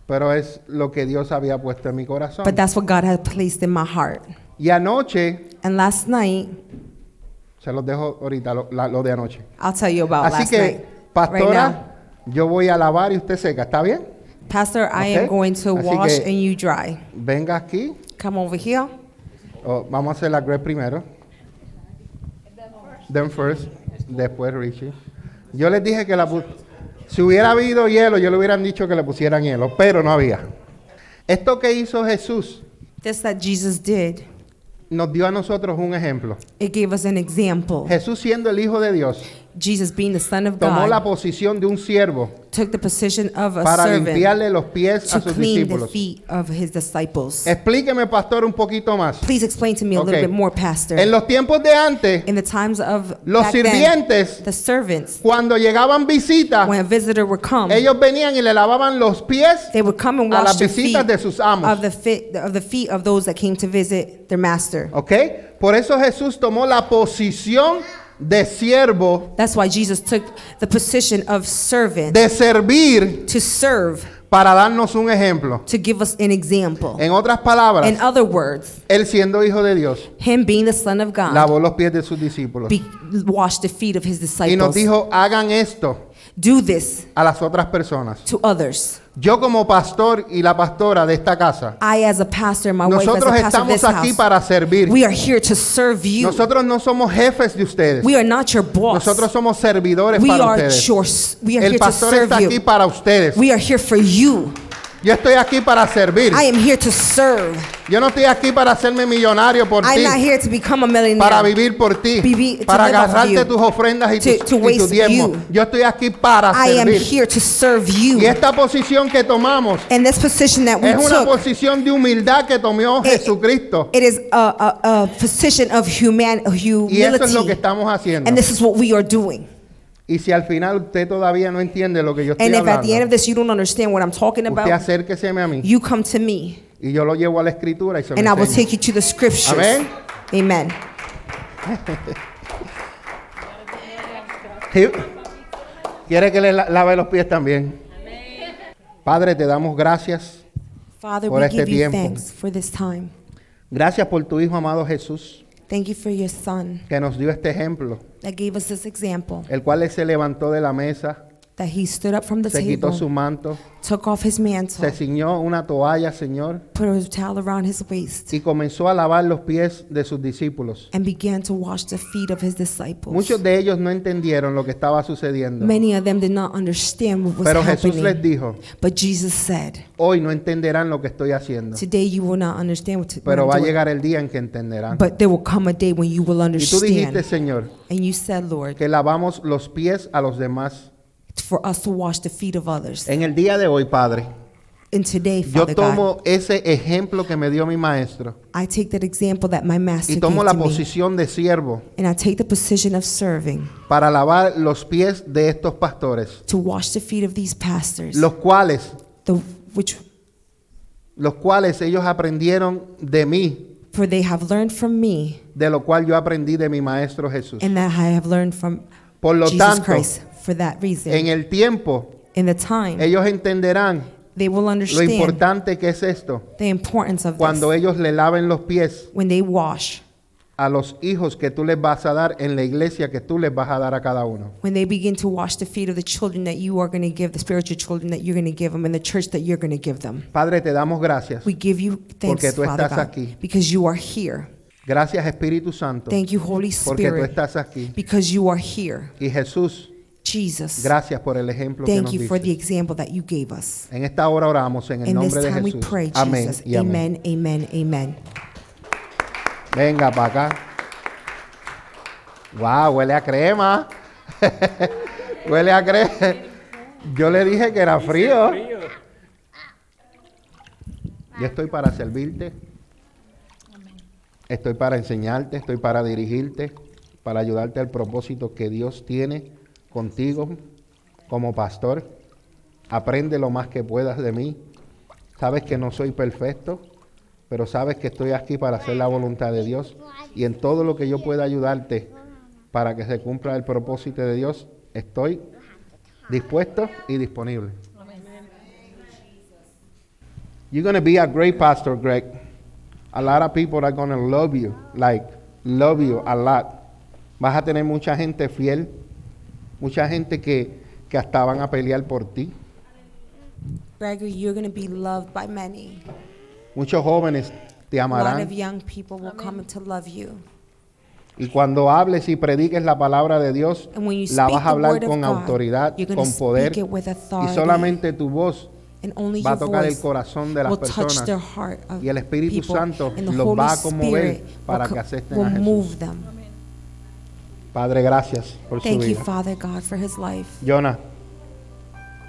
Speaker 2: Pero es lo que Dios había puesto en mi corazón.
Speaker 3: But that's what God has placed in my heart.
Speaker 2: Y anoche,
Speaker 3: And last night,
Speaker 2: se los dejo ahorita, lo, la- lo de anoche.
Speaker 3: I'll tell you about
Speaker 2: Así
Speaker 3: Oh, last
Speaker 2: que,
Speaker 3: night. right
Speaker 2: pastora,
Speaker 3: now,
Speaker 2: yo voy a lavar y usted seca, ¿está bien?
Speaker 3: Pastor, I am
Speaker 2: Okay.
Speaker 3: going to
Speaker 2: Así
Speaker 3: wash
Speaker 2: que-
Speaker 3: and you dry.
Speaker 2: Venga aquí.
Speaker 3: Come over here.
Speaker 2: O Oh, vamos a hacer la Greg primero. Then first, después Richie. Yo les dije que la pu- si hubiera habido hielo, yo le hubieran dicho que le pusieran hielo, pero no había. Esto que hizo Jesús
Speaker 3: This that Jesus did,
Speaker 2: nos dio a nosotros un ejemplo.
Speaker 3: it gave us an example.
Speaker 2: Jesús siendo el Hijo de Dios,
Speaker 3: Jesus, being the Son of
Speaker 2: tomó la
Speaker 3: God,
Speaker 2: posición de un siervo
Speaker 3: took the position of a
Speaker 2: para
Speaker 3: servant
Speaker 2: limpiarle los pies
Speaker 3: to
Speaker 2: a sus
Speaker 3: clean the
Speaker 2: discípulos.
Speaker 3: feet of his disciples.
Speaker 2: Explíqueme, pastor, un poquito más.
Speaker 3: Please explain to me a little
Speaker 2: Okay.
Speaker 3: bit more, Pastor.
Speaker 2: En los tiempos de antes,
Speaker 3: In the times of
Speaker 2: los
Speaker 3: back then,
Speaker 2: sirvientes,
Speaker 3: the servants,
Speaker 2: cuando llegaban visitas,
Speaker 3: when a visitor would come,
Speaker 2: ellos venían y le lavaban los pies
Speaker 3: they would come and
Speaker 2: a
Speaker 3: wash
Speaker 2: las
Speaker 3: the
Speaker 2: visitas
Speaker 3: feet
Speaker 2: de sus amos.
Speaker 3: of the feet of the feet of those that came to visit their master.
Speaker 2: ¿Ok? Por eso Jesús tomó la posición de siervo,
Speaker 3: That's why Jesus took the position of servant
Speaker 2: de servir
Speaker 3: to serve
Speaker 2: para darnos un ejemplo.
Speaker 3: to give us an example.
Speaker 2: En otras palabras,
Speaker 3: In other words,
Speaker 2: él siendo hijo de Dios,
Speaker 3: him being the son of God
Speaker 2: lavó los pies de sus discípulos
Speaker 3: be, washed the feet of his
Speaker 2: y nos
Speaker 3: disciples.
Speaker 2: dijo, hagan esto
Speaker 3: Do this
Speaker 2: a las otras personas.
Speaker 3: to others.
Speaker 2: Yo como pastor y la pastora de esta casa,
Speaker 3: I as a pastor, my wife
Speaker 2: nosotros
Speaker 3: as a pastor of
Speaker 2: estamos
Speaker 3: this
Speaker 2: aquí
Speaker 3: house,
Speaker 2: para servir.
Speaker 3: we are here to serve you.
Speaker 2: Nosotros no somos jefes de ustedes.
Speaker 3: we are not your boss.
Speaker 2: Nosotros somos servidores
Speaker 3: we
Speaker 2: para
Speaker 3: are
Speaker 2: ustedes.
Speaker 3: your, s- we are
Speaker 2: El
Speaker 3: here to
Speaker 2: pastor
Speaker 3: serve
Speaker 2: está aquí
Speaker 3: you.
Speaker 2: para ustedes.
Speaker 3: We are here for you.
Speaker 2: Yo estoy aquí para servir.
Speaker 3: I am here to serve.
Speaker 2: Yo no estoy aquí para hacerme millonario por
Speaker 3: I'm
Speaker 2: ti,
Speaker 3: not here to become a millionaire.
Speaker 2: para vivir por ti,
Speaker 3: Vivi- to
Speaker 2: para
Speaker 3: live off
Speaker 2: agarrarte
Speaker 3: you.
Speaker 2: tus ofrendas y
Speaker 3: To-
Speaker 2: tus
Speaker 3: to
Speaker 2: y tu
Speaker 3: waste
Speaker 2: diezmo.
Speaker 3: you.
Speaker 2: Yo estoy aquí para
Speaker 3: I am
Speaker 2: servir.
Speaker 3: here to serve you.
Speaker 2: Y esta posición que tomamos
Speaker 3: And this position that we
Speaker 2: es una
Speaker 3: took,
Speaker 2: posición de humildad que tomó
Speaker 3: Eh,
Speaker 2: Jesucristo.
Speaker 3: it is a, a, a position of human, humility.
Speaker 2: Y eso es lo que estamos haciendo.
Speaker 3: and this is what we are doing.
Speaker 2: Y si al final usted todavía no entiende lo que yo estoy
Speaker 3: And if at the end of
Speaker 2: hablando,
Speaker 3: this you don't understand what I'm talking
Speaker 2: usted
Speaker 3: about,
Speaker 2: acérqueseme a mí
Speaker 3: you come to me
Speaker 2: y yo lo llevo a la escritura y se lo
Speaker 3: and I will
Speaker 2: enseño.
Speaker 3: take you to the scriptures.
Speaker 2: Amén.
Speaker 3: Amen.
Speaker 2: Sí. Quiere que le la- lave los pies también. Padre, te damos gracias.
Speaker 3: Father,
Speaker 2: Por
Speaker 3: we
Speaker 2: este
Speaker 3: give you
Speaker 2: tiempo.
Speaker 3: thanks for this time.
Speaker 2: Gracias por tu Hijo amado Jesús,
Speaker 3: Thank you for your son
Speaker 2: que nos dio este ejemplo,
Speaker 3: that gave us this example,
Speaker 2: el cual él se levantó de la mesa,
Speaker 3: that he stood up from the
Speaker 2: se quitó su
Speaker 3: table,
Speaker 2: manto,
Speaker 3: took off his mantle,
Speaker 2: se ciñó una toalla, Señor,
Speaker 3: put a towel around his waist,
Speaker 2: y comenzó a lavar los pies de sus discípulos.
Speaker 3: and began to wash the feet of his disciples.
Speaker 2: Muchos de ellos no entendieron lo que estaba sucediendo,
Speaker 3: Many of them did not understand what was
Speaker 2: pero Jesús
Speaker 3: pues,
Speaker 2: les
Speaker 3: happening.
Speaker 2: dijo,
Speaker 3: but Jesus said,
Speaker 2: hoy no entenderán lo que estoy haciendo,
Speaker 3: Today you will not understand what, to, what
Speaker 2: pero
Speaker 3: I'm
Speaker 2: va a
Speaker 3: doing,
Speaker 2: llegar el día en que entenderán.
Speaker 3: But there will come a day when you will
Speaker 2: Y tú dijiste,
Speaker 3: understand.
Speaker 2: Señor,
Speaker 3: And you said, Lord,
Speaker 2: que lavamos los pies a los demás.
Speaker 3: for us to wash the feet of others.
Speaker 2: En el día de hoy, Padre,
Speaker 3: And today,
Speaker 2: yo
Speaker 3: Father God,
Speaker 2: tomo ese ejemplo que me dio mi maestro
Speaker 3: I take that example that my master
Speaker 2: y tomo
Speaker 3: gave
Speaker 2: la
Speaker 3: to me,
Speaker 2: posición de siervo
Speaker 3: and I take the position of serving
Speaker 2: para lavar los pies de estos pastores,
Speaker 3: to wash the feet of these pastors,
Speaker 2: los cuales,
Speaker 3: the, which
Speaker 2: los cuales ellos aprendieron de mí,
Speaker 3: for they have learned from me,
Speaker 2: de lo cual yo aprendí de mi maestro Jesús.
Speaker 3: and that I have learned from
Speaker 2: Por lo
Speaker 3: Jesus
Speaker 2: tanto,
Speaker 3: Christ. For that reason,
Speaker 2: En el tiempo,
Speaker 3: in the time,
Speaker 2: ellos entenderán
Speaker 3: they will
Speaker 2: lo
Speaker 3: understand
Speaker 2: importante que es esto
Speaker 3: the importance of
Speaker 2: cuando
Speaker 3: this
Speaker 2: ellos le laven los pies
Speaker 3: when they wash,
Speaker 2: a los hijos que tú les vas a dar en la iglesia que tú les vas a dar a cada uno.
Speaker 3: when they begin to wash the feet of the children that you are going to give, the spiritual children that you're going to give them, and the church that you're going to give them.
Speaker 2: Padre, te damos gracias.
Speaker 3: We give you thanks,
Speaker 2: Porque tú
Speaker 3: Father
Speaker 2: estás
Speaker 3: God,
Speaker 2: aquí.
Speaker 3: because you are here.
Speaker 2: Gracias Espíritu Santo,
Speaker 3: Thank you, Holy
Speaker 2: porque tú
Speaker 3: Spirit,
Speaker 2: estás aquí.
Speaker 3: because you are here.
Speaker 2: Y Jesús,
Speaker 3: Jesus,
Speaker 2: gracias por el ejemplo que
Speaker 3: thank
Speaker 2: nos
Speaker 3: you for the
Speaker 2: diste.
Speaker 3: example that you gave us.
Speaker 2: En esta hora oramos en el
Speaker 3: In this
Speaker 2: nombre de
Speaker 3: time we
Speaker 2: Jesús.
Speaker 3: pray,
Speaker 2: Amén
Speaker 3: Jesus.
Speaker 2: y amén.
Speaker 3: Amen, amen, amen.
Speaker 2: Venga para acá. Wow, huele a crema. huele a crema. Yo le dije que era frío. Yo estoy para servirte. Estoy para enseñarte, estoy para dirigirte, para ayudarte al propósito que Dios tiene contigo como pastor. Aprende lo más que puedas de mí. Sabes que no soy perfecto, pero sabes que estoy aquí para hacer la voluntad de Dios y en todo lo que yo pueda ayudarte para que se cumpla el propósito de Dios, estoy dispuesto y disponible. You're going to be a great pastor, Greg. A lot of people are going to love you, like love you a lot. Vas a tener mucha gente fiel, mucha gente que, que hasta van a pelear por ti.
Speaker 3: Gregory, you're going to be loved by many.
Speaker 2: Muchos jóvenes te
Speaker 3: A lot
Speaker 2: amarán.
Speaker 3: of young people will come to love you.
Speaker 2: Y cuando hables y prediques la palabra de Dios,
Speaker 3: And when you
Speaker 2: la
Speaker 3: speak
Speaker 2: vas a
Speaker 3: the
Speaker 2: hablar
Speaker 3: word of
Speaker 2: con
Speaker 3: God,
Speaker 2: autoridad,
Speaker 3: you're gonna
Speaker 2: con poder.
Speaker 3: speak it with
Speaker 2: Y
Speaker 3: authority.
Speaker 2: solamente tu voz
Speaker 3: And only
Speaker 2: va a
Speaker 3: your
Speaker 2: tocar el
Speaker 3: voice
Speaker 2: corazón de las
Speaker 3: will touch their
Speaker 2: personas.
Speaker 3: heart of
Speaker 2: Y el Espíritu
Speaker 3: people,
Speaker 2: Santo
Speaker 3: and the
Speaker 2: los
Speaker 3: Holy
Speaker 2: va a conmover
Speaker 3: Spirit
Speaker 2: para
Speaker 3: will,
Speaker 2: que
Speaker 3: co-
Speaker 2: acepten a
Speaker 3: will
Speaker 2: Jesús.
Speaker 3: move them.
Speaker 2: Padre, gracias por su
Speaker 3: Thank you,
Speaker 2: vida.
Speaker 3: Father God, for his life.
Speaker 2: Jonah,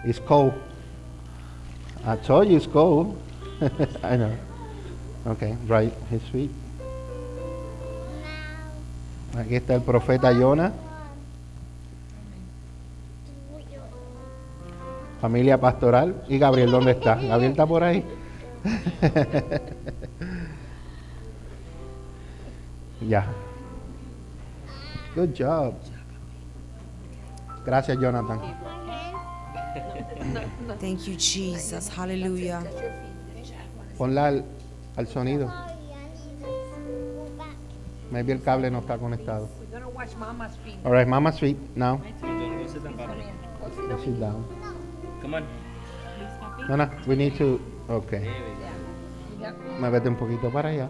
Speaker 2: it's cold. I told you it's cold. I know. Okay, right, his feet. Aquí está el profeta Jonah. Familia pastoral. ¿Y Gabriel dónde está? Gabriel está por ahí. ya. Good job. Gracias, Jonathan.
Speaker 3: Thank you, Jesus. Hallelujah.
Speaker 2: Ponla al, al sonido. Maybe el cable no está conectado. All right, Mama's feet now. Sit down.
Speaker 4: Come on.
Speaker 2: No, no, we need to. Okay. Muévete un poquito para allá.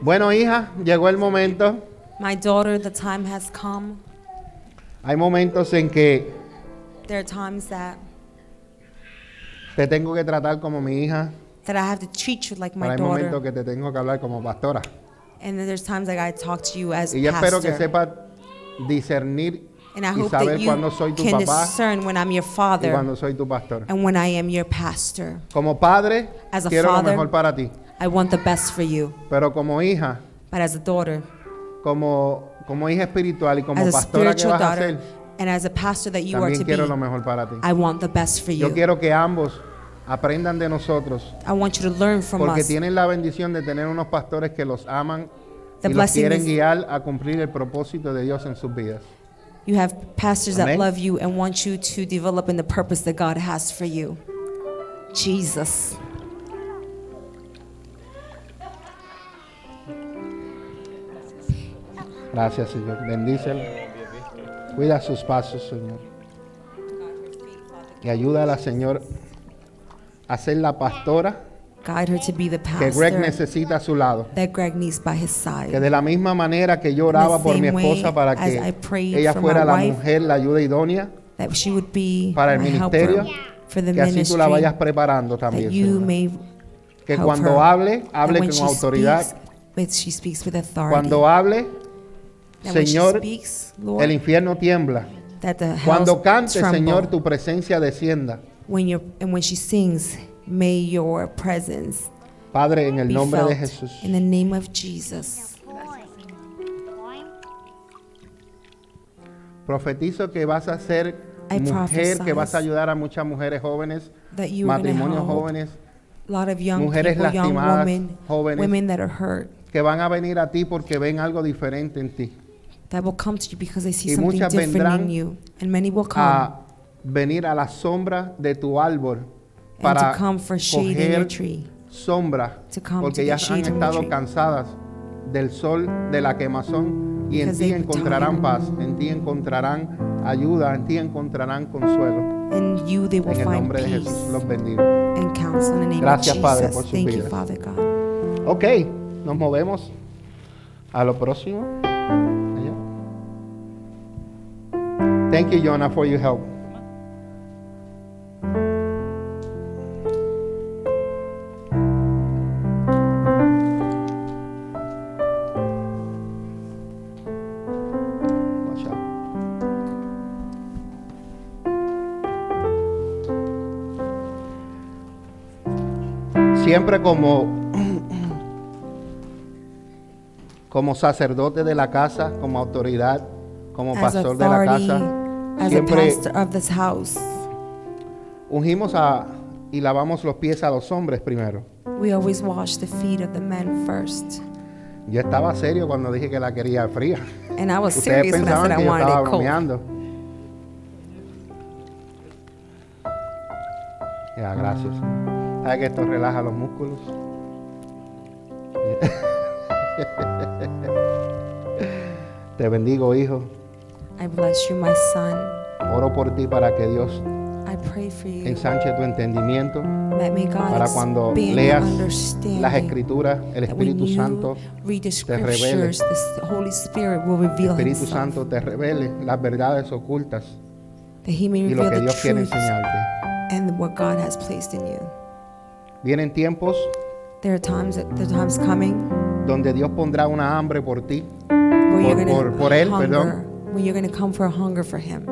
Speaker 2: Bueno, hija, llegó el momento.
Speaker 3: My daughter, the time has come.
Speaker 2: Hay momentos en que
Speaker 3: There are times that
Speaker 2: te tengo que tratar como mi hija,
Speaker 3: that I have to treat you like
Speaker 2: pero
Speaker 3: my
Speaker 2: hay momentos
Speaker 3: daughter,
Speaker 2: que te tengo que hablar como pastora.
Speaker 3: and then there's times that I talk to you as
Speaker 2: Y yo espero que
Speaker 3: pastor.
Speaker 2: sepa discernir
Speaker 3: And I
Speaker 2: y
Speaker 3: hope
Speaker 2: saber
Speaker 3: that you
Speaker 2: cuándo soy tu
Speaker 3: can
Speaker 2: papá
Speaker 3: discern when I'm your
Speaker 2: y
Speaker 3: father
Speaker 2: cuando soy tu pastor.
Speaker 3: and when I am your pastor.
Speaker 2: Como padre,
Speaker 3: As a
Speaker 2: quiero lo
Speaker 3: father.
Speaker 2: mejor para ti.
Speaker 3: I want the best for you,
Speaker 2: Pero como hija,
Speaker 3: but as a daughter,
Speaker 2: como, como hija espiritual y como
Speaker 3: as a
Speaker 2: pastora que
Speaker 3: spiritual
Speaker 2: vas a
Speaker 3: daughter,
Speaker 2: ser,
Speaker 3: and as a pastor that you are
Speaker 2: también
Speaker 3: to
Speaker 2: quiero lo
Speaker 3: be,
Speaker 2: mejor para ti.
Speaker 3: I want the best for
Speaker 2: Yo
Speaker 3: you.
Speaker 2: quiero que ambos aprendan de nosotros,
Speaker 3: I want you to learn from
Speaker 2: porque
Speaker 3: us.
Speaker 2: tienen la bendición de tener unos pastores que los aman
Speaker 3: The
Speaker 2: y los
Speaker 3: blessing
Speaker 2: quieren
Speaker 3: is-
Speaker 2: guiar a cumplir el propósito de Dios en sus vidas.
Speaker 3: You have pastors
Speaker 2: Amén.
Speaker 3: that love you and want you to develop in the purpose that God has for you. Jesus.
Speaker 2: Gracias, Señor. Bendícelo. Cuida sus pasos, Señor. Y ayúdala, Señor, a ser la pastora
Speaker 3: Guide her to be the
Speaker 2: que Greg
Speaker 3: pastor
Speaker 2: necesita a su lado.
Speaker 3: that Greg needs by his
Speaker 2: Que
Speaker 3: side.
Speaker 2: de la misma manera que yo oraba por mi
Speaker 3: same way
Speaker 2: esposa para
Speaker 3: as I
Speaker 2: que
Speaker 3: prayed
Speaker 2: ella
Speaker 3: for
Speaker 2: fuera
Speaker 3: my
Speaker 2: la
Speaker 3: wife,
Speaker 2: mujer, la ayuda idónea,
Speaker 3: That she would be
Speaker 2: para el
Speaker 3: my helper
Speaker 2: ministerio,
Speaker 3: for the
Speaker 2: que así tú la vayas
Speaker 3: ministry.
Speaker 2: preparando
Speaker 3: That
Speaker 2: también.
Speaker 3: you
Speaker 2: Señor.
Speaker 3: may
Speaker 2: Que
Speaker 3: help
Speaker 2: cuando
Speaker 3: her.
Speaker 2: hable,
Speaker 3: That
Speaker 2: hable
Speaker 3: when
Speaker 2: con
Speaker 3: she
Speaker 2: autoridad.
Speaker 3: speaks, that she speaks with authority.
Speaker 2: Cuando hable,
Speaker 3: That when she
Speaker 2: Señor,
Speaker 3: speaks,
Speaker 2: el
Speaker 3: Lord,
Speaker 2: infierno tiembla.
Speaker 3: that the
Speaker 2: Cuando
Speaker 3: house
Speaker 2: cante,
Speaker 3: tremble.
Speaker 2: Señor, tu presencia descienda.
Speaker 3: when you're, and when she sings, may your presence
Speaker 2: Padre, en el
Speaker 3: be
Speaker 2: nombre de
Speaker 3: felt.
Speaker 2: Jesús.
Speaker 3: In the name of Jesus.
Speaker 2: Profetizo que vas a ser
Speaker 3: I
Speaker 2: mujer, que
Speaker 3: prophesize
Speaker 2: vas a ayudar a muchas mujeres jóvenes,
Speaker 3: That you are going to
Speaker 2: matrimonios
Speaker 3: help
Speaker 2: jóvenes,
Speaker 3: a lot of young
Speaker 2: mujeres
Speaker 3: people, young
Speaker 2: lastimadas,
Speaker 3: women,
Speaker 2: jóvenes.
Speaker 3: women that are hurt,
Speaker 2: que van a venir a ti porque ven algo diferente en ti.
Speaker 3: that will come to you because they see
Speaker 2: Y
Speaker 3: something
Speaker 2: muchas
Speaker 3: different
Speaker 2: vendrán
Speaker 3: in you. And many will come
Speaker 2: a venir a la sombra de tu árbol
Speaker 3: and
Speaker 2: para
Speaker 3: to come for shade in your
Speaker 2: coger
Speaker 3: tree.
Speaker 2: sombra
Speaker 3: to come to
Speaker 2: porque
Speaker 3: the
Speaker 2: ellas han
Speaker 3: shade in your
Speaker 2: estado
Speaker 3: tree.
Speaker 2: cansadas del sol de la quemazón y en
Speaker 3: Because
Speaker 2: ti
Speaker 3: they've
Speaker 2: encontrarán
Speaker 3: tired.
Speaker 2: paz, en ti encontrarán ayuda, en ti encontrarán consuelo.
Speaker 3: And you, they will
Speaker 2: En el
Speaker 3: find
Speaker 2: nombre de
Speaker 3: peace
Speaker 2: Jesús los bendigo.
Speaker 3: and counsel in the name
Speaker 2: Gracias,
Speaker 3: of
Speaker 2: Padre,
Speaker 3: Jesus.
Speaker 2: por sus
Speaker 3: Thank you,
Speaker 2: vidas.
Speaker 3: Father God.
Speaker 2: Ok, nos movemos a lo próximo. Allá. Thank you, Jonah, for your help. Watch out. Siempre como como sacerdote de la casa, como autoridad, como
Speaker 3: As
Speaker 2: pastor de la
Speaker 3: authority,
Speaker 2: casa,
Speaker 3: as a
Speaker 2: siempre
Speaker 3: pastor of this house,
Speaker 2: ungimos a, y lavamos los pies a los hombres primero.
Speaker 3: we always wash the feet of the men first.
Speaker 2: Yo estaba serio cuando dije que la quería fría.
Speaker 3: And I was
Speaker 2: Ustedes
Speaker 3: serious when I
Speaker 2: pensaban
Speaker 3: said I
Speaker 2: que yo
Speaker 3: wanted
Speaker 2: estaba
Speaker 3: it cold.
Speaker 2: bromeando. Ya, gracias. ¿Sabes que esto relaja los músculos? Te bendigo, hijo.
Speaker 3: I bless you, my son.
Speaker 2: Oro por ti para que Dios
Speaker 3: I pray for you.
Speaker 2: ensanche tu entendimiento
Speaker 3: That may God
Speaker 2: para cuando
Speaker 3: expand your
Speaker 2: leas
Speaker 3: understanding.
Speaker 2: las escrituras, el
Speaker 3: That when
Speaker 2: Espíritu
Speaker 3: you
Speaker 2: Santo,
Speaker 3: read the
Speaker 2: te revele.
Speaker 3: scriptures, the S- Holy Spirit will reveal
Speaker 2: Espíritu
Speaker 3: himself,
Speaker 2: Santo te revele las verdades ocultas
Speaker 3: that He may
Speaker 2: y lo
Speaker 3: reveal
Speaker 2: que
Speaker 3: the
Speaker 2: Dios quiere
Speaker 3: truth
Speaker 2: enseñarte.
Speaker 3: and what God has placed in you.
Speaker 2: Vienen tiempos
Speaker 3: There are times that the times coming
Speaker 2: donde Dios pondrá una hambre por ti,
Speaker 3: where when you're
Speaker 2: Por- por-
Speaker 3: going
Speaker 2: por él,
Speaker 3: hunger,
Speaker 2: perdón.
Speaker 3: when you're going to come for a hunger for Him,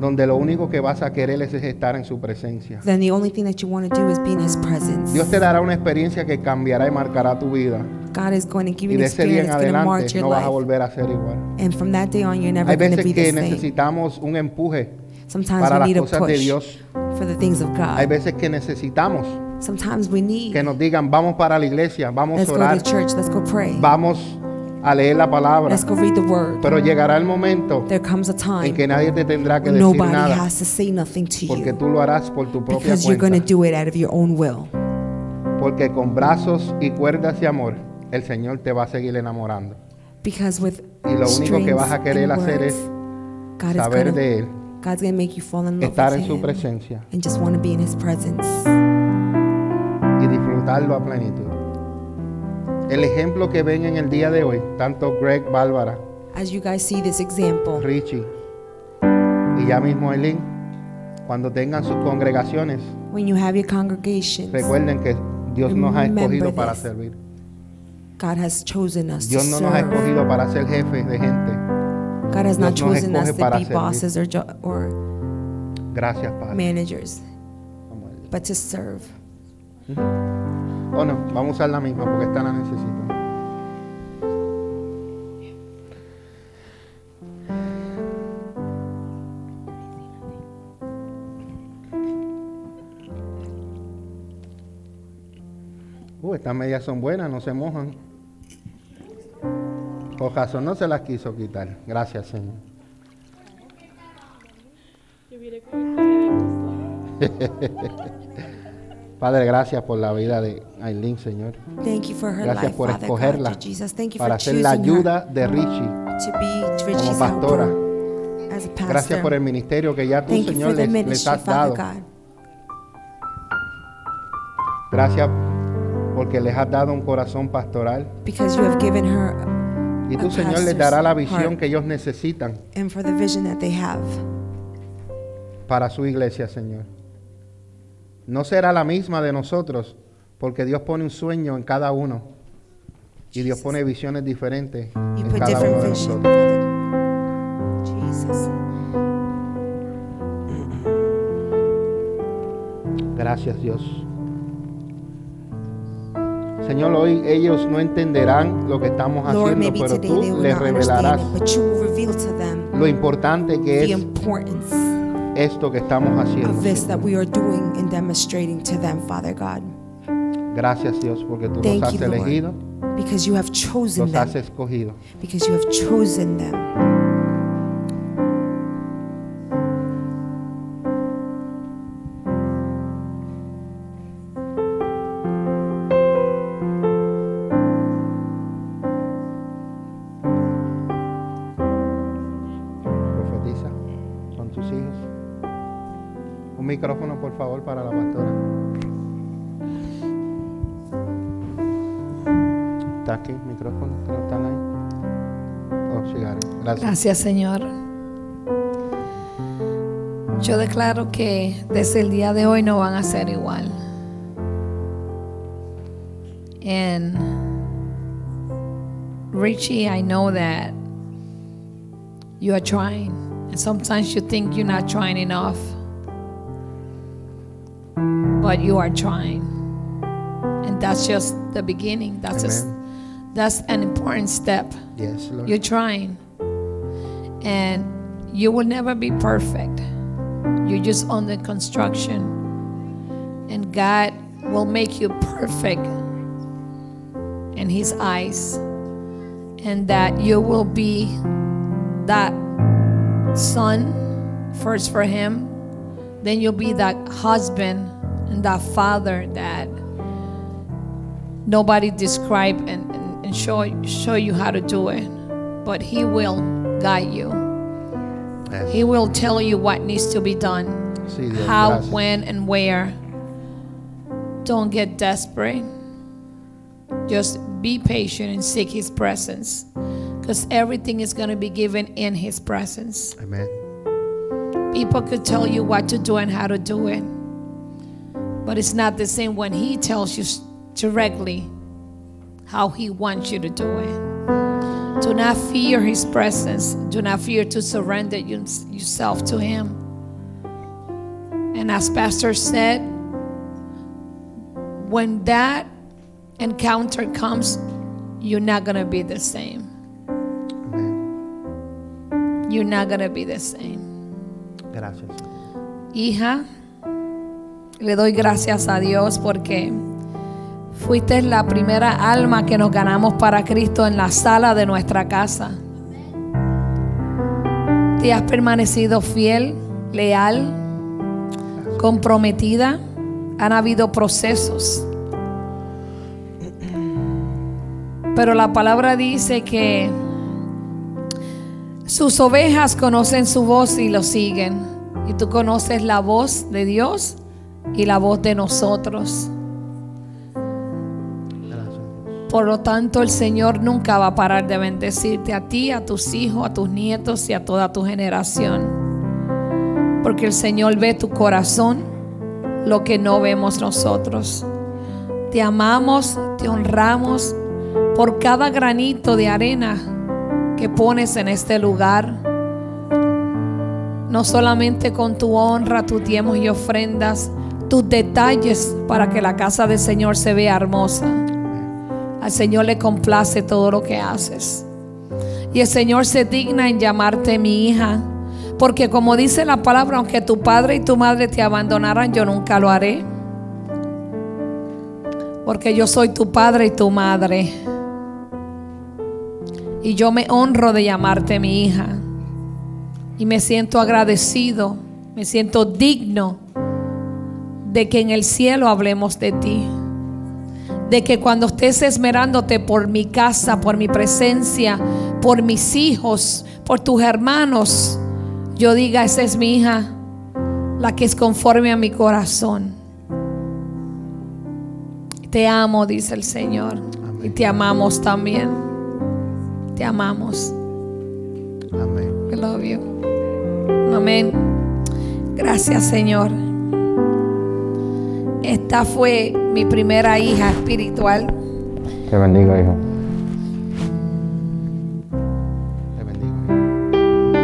Speaker 2: donde lo único que vas a querer es estar en su presencia.
Speaker 3: then the only thing that you want to do is be in His presence.
Speaker 2: Dios te dará una experiencia que cambiará y marcará tu vida.
Speaker 3: God is going to give
Speaker 2: Y
Speaker 3: you an
Speaker 2: de ese día
Speaker 3: experience
Speaker 2: en
Speaker 3: that's going to mark
Speaker 2: adelante
Speaker 3: your
Speaker 2: no vas a
Speaker 3: life.
Speaker 2: volver a ser igual.
Speaker 3: And from that day on, you're never
Speaker 2: Hay
Speaker 3: going to be
Speaker 2: veces
Speaker 3: the
Speaker 2: que
Speaker 3: same.
Speaker 2: necesitamos un empuje
Speaker 3: Sometimes
Speaker 2: para
Speaker 3: we
Speaker 2: las
Speaker 3: need a
Speaker 2: cosas de
Speaker 3: push
Speaker 2: Dios.
Speaker 3: for the things of
Speaker 2: Hay
Speaker 3: God.
Speaker 2: veces que necesitamos
Speaker 3: Sometimes we
Speaker 2: que
Speaker 3: need,
Speaker 2: nos digan, vamos para la iglesia, vamos
Speaker 3: let's
Speaker 2: a
Speaker 3: go
Speaker 2: orar,
Speaker 3: to church, let's go pray,
Speaker 2: vamos a leer la palabra.
Speaker 3: let's go read the word.
Speaker 2: Pero llegará el momento
Speaker 3: There comes a
Speaker 2: en
Speaker 3: time
Speaker 2: que nadie te tendrá que
Speaker 3: when
Speaker 2: decir
Speaker 3: nobody
Speaker 2: nada,
Speaker 3: has to say nothing to
Speaker 2: porque
Speaker 3: you
Speaker 2: tú lo harás por tu propia
Speaker 3: because you're going to
Speaker 2: cuenta.
Speaker 3: do it out of your own will.
Speaker 2: Porque con brazos y cuerdas y amor, el Señor te va a seguir enamorando.
Speaker 3: Because with
Speaker 2: Y lo único
Speaker 3: strings
Speaker 2: que vas a querer
Speaker 3: and
Speaker 2: hacer
Speaker 3: words,
Speaker 2: es
Speaker 3: God is
Speaker 2: Saber
Speaker 3: gonna,
Speaker 2: de Él,
Speaker 3: God's going to make you fall in love
Speaker 2: estar
Speaker 3: with
Speaker 2: en su
Speaker 3: him
Speaker 2: presencia
Speaker 3: and just want to be in His presence.
Speaker 2: y disfrutarlo a plenitud. El ejemplo que ven en el día de hoy, tanto Greg, Bárbara,
Speaker 3: As you guys see this example,
Speaker 2: Richie y ya mismo Eileen, cuando tengan sus congregaciones,
Speaker 3: when you have your congregations,
Speaker 2: recuerden que Dios nos ha
Speaker 3: Remember
Speaker 2: escogido para
Speaker 3: this.
Speaker 2: servir.
Speaker 3: God has chosen us
Speaker 2: Dios
Speaker 3: to
Speaker 2: no nos ha
Speaker 3: serve.
Speaker 2: escogido para ser jefes de gente.
Speaker 3: God has not
Speaker 2: Dios nos
Speaker 3: chosen us
Speaker 2: escoge para
Speaker 3: to be
Speaker 2: servir.
Speaker 3: bosses or, jo- or
Speaker 2: Gracias, Padre.
Speaker 3: managers, but to serve.
Speaker 2: Oh, no, vamos a usar la misma porque esta la necesito. Uh, estas medias son buenas, no se mojan. Por razón no se las quiso quitar. Gracias, Señor. Padre, gracias por la vida de Aileen, Señor.
Speaker 3: Thank you for her
Speaker 2: Gracias
Speaker 3: life,
Speaker 2: por
Speaker 3: Father God,
Speaker 2: escogerla
Speaker 3: Lord Jesus. Thank you
Speaker 2: para
Speaker 3: for
Speaker 2: ser la
Speaker 3: choosing her
Speaker 2: ayuda de Richie
Speaker 3: to be
Speaker 2: como
Speaker 3: Richie's
Speaker 2: pastora.
Speaker 3: helper as a pastor.
Speaker 2: Gracias por el ministerio que ya tú,
Speaker 3: Thank you for
Speaker 2: Señor,
Speaker 3: the
Speaker 2: les, les
Speaker 3: ministry,
Speaker 2: has dado.
Speaker 3: Father God.
Speaker 2: Gracias porque les has dado un corazón pastoral.
Speaker 3: Because you have given her
Speaker 2: Y tú,
Speaker 3: A
Speaker 2: Señor, les
Speaker 3: pastor's
Speaker 2: dará la visión
Speaker 3: heart.
Speaker 2: que ellos necesitan
Speaker 3: and for the vision that they have.
Speaker 2: para su iglesia, Señor. No será la misma de nosotros, porque Dios pone un sueño en cada uno. Y Dios pone visiones diferentes
Speaker 3: You
Speaker 2: en
Speaker 3: put
Speaker 2: cada uno
Speaker 3: different
Speaker 2: de
Speaker 3: vision.
Speaker 2: nosotros.
Speaker 3: Jesus.
Speaker 2: Gracias Dios. Señor, hoy ellos no entenderán lo que estamos
Speaker 3: Lord,
Speaker 2: haciendo,
Speaker 3: maybe
Speaker 2: pero
Speaker 3: today they
Speaker 2: tú
Speaker 3: will
Speaker 2: les
Speaker 3: not understand
Speaker 2: revelarás
Speaker 3: it, but you will reveal to them
Speaker 2: lo importante que
Speaker 3: the
Speaker 2: es
Speaker 3: importance
Speaker 2: esto que estamos haciendo.
Speaker 3: of this that we are doing and demonstrating to them, Father God.
Speaker 2: Gracias Dios porque tú los
Speaker 3: Thank
Speaker 2: has
Speaker 3: you,
Speaker 2: elegido,
Speaker 3: Lord, because you have chosen
Speaker 2: los has
Speaker 3: them.
Speaker 2: escogido.
Speaker 3: Because you have chosen them.
Speaker 2: Profetiza con tus hijos. Un micrófono, por favor, para la pastora. Está aquí, micrófono, creo que están ahí. Oh, sí, Gary. Gracias.
Speaker 1: Gracias, Señor. Yo declaro que desde el día de hoy no van a ser igual. And Richie, I know that you are trying. And sometimes you think you're not trying enough. But you are trying. And that's just the beginning. That's just that's an important step.
Speaker 2: Yes, Lord.
Speaker 1: You're trying. And you will never be perfect. You're just under construction. And God will make you perfect in His eyes. And that you will be that son first for Him. Then you'll be that husband and that father that nobody describe and, and, and show, show you how to do it but he will guide you
Speaker 2: Yes.
Speaker 1: he will tell you what needs to be done
Speaker 2: Sí, Dios,
Speaker 1: how
Speaker 2: gracias.
Speaker 1: when and where don't get desperate just be patient and seek his presence because everything is going to be given in his presence
Speaker 2: Amén.
Speaker 1: People could tell you what to do and how to do it, but it's not the same when He tells you s- directly how He wants you to do it. Do not fear his presence. Do not fear to surrender you- yourself to him. And as Pastor said, when that encounter comes, you're not going to be the same. You're not going to be the same.
Speaker 2: Gracias. Señor.
Speaker 1: Hija, le doy gracias a Dios porque fuiste la primera alma que nos ganamos para Cristo en la sala de nuestra casa. Te has permanecido fiel, leal, comprometida. Han habido procesos. Pero la palabra dice que sus ovejas conocen su voz y lo siguen. Y tú conoces la voz de Dios y la voz de nosotros.
Speaker 2: Gracias. Dios.
Speaker 1: Por lo tanto, el Señor nunca va a parar de bendecirte a ti, a tus hijos, a tus nietos y a toda tu generación. Porque el Señor ve tu corazón, lo que no vemos nosotros. Te amamos, te honramos por cada granito de arena que pones en este lugar. No solamente con tu honra, tus diezmos y ofrendas, tus detalles para que la casa del Señor se vea hermosa. Al Señor le complace todo lo que haces. Y el Señor se digna en llamarte mi hija. Porque como dice la palabra, aunque tu padre y tu madre te abandonaran, yo nunca lo haré. Porque yo soy tu padre y tu madre. Y yo me honro de llamarte mi hija. Y me siento agradecido, me siento digno de que en el cielo hablemos de ti de que cuando estés esmerándote por mi casa, por mi presencia, por mis hijos, por tus hermanos, yo diga, esa es mi hija, la que es conforme a mi corazón. Te amo, dice el Señor, y te amamos también. Te amamos.
Speaker 2: Amén.
Speaker 1: We love you. Amén. Gracias, Señor. Esta fue mi primera hija espiritual.
Speaker 4: Te bendiga, hijo.
Speaker 2: Te bendigo.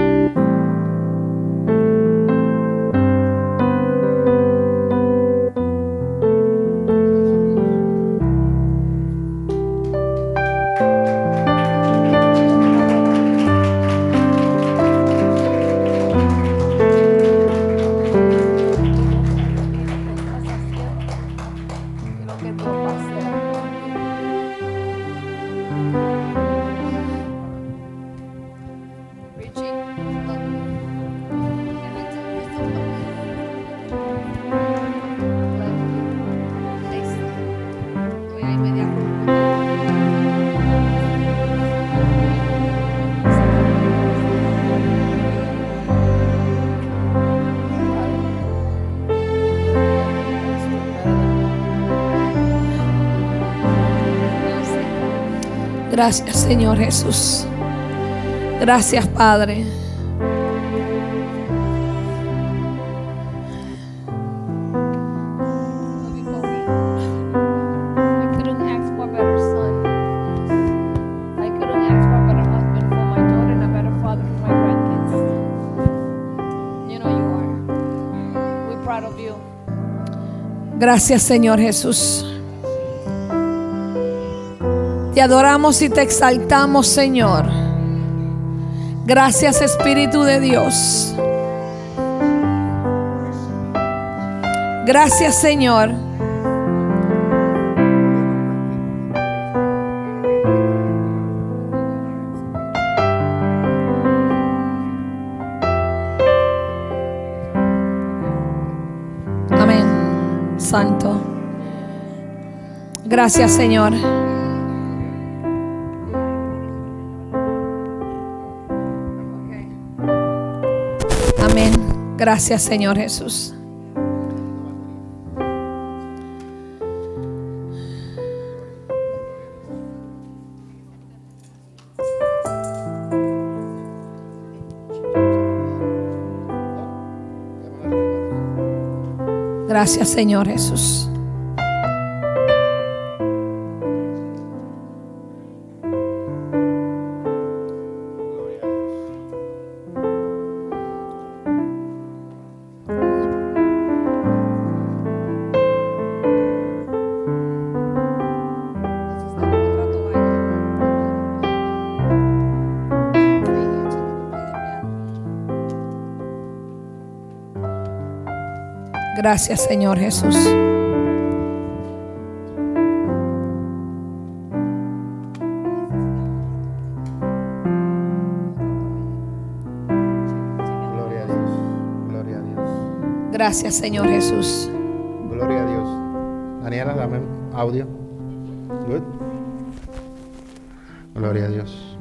Speaker 1: Gracias, Señor Jesús. Gracias, Padre. I couldn't ask for a better son. I couldn't ask for a better husband for my daughter and a better father for my grandkids. You know you are. We're proud of you. Gracias, Señor Jesús. Te adoramos y te exaltamos, Señor. Gracias, Espíritu de Dios. Gracias, Señor. Amén. Santo. Gracias, Señor. Amén. Gracias, Señor Jesús. Gracias, Señor Jesús. Gracias, Señor Jesús.
Speaker 2: Gloria a Dios. Gloria a Dios.
Speaker 1: Gracias, Señor Jesús.
Speaker 2: Gloria a Dios. Daniela, dame audio. Good. Gloria a Dios.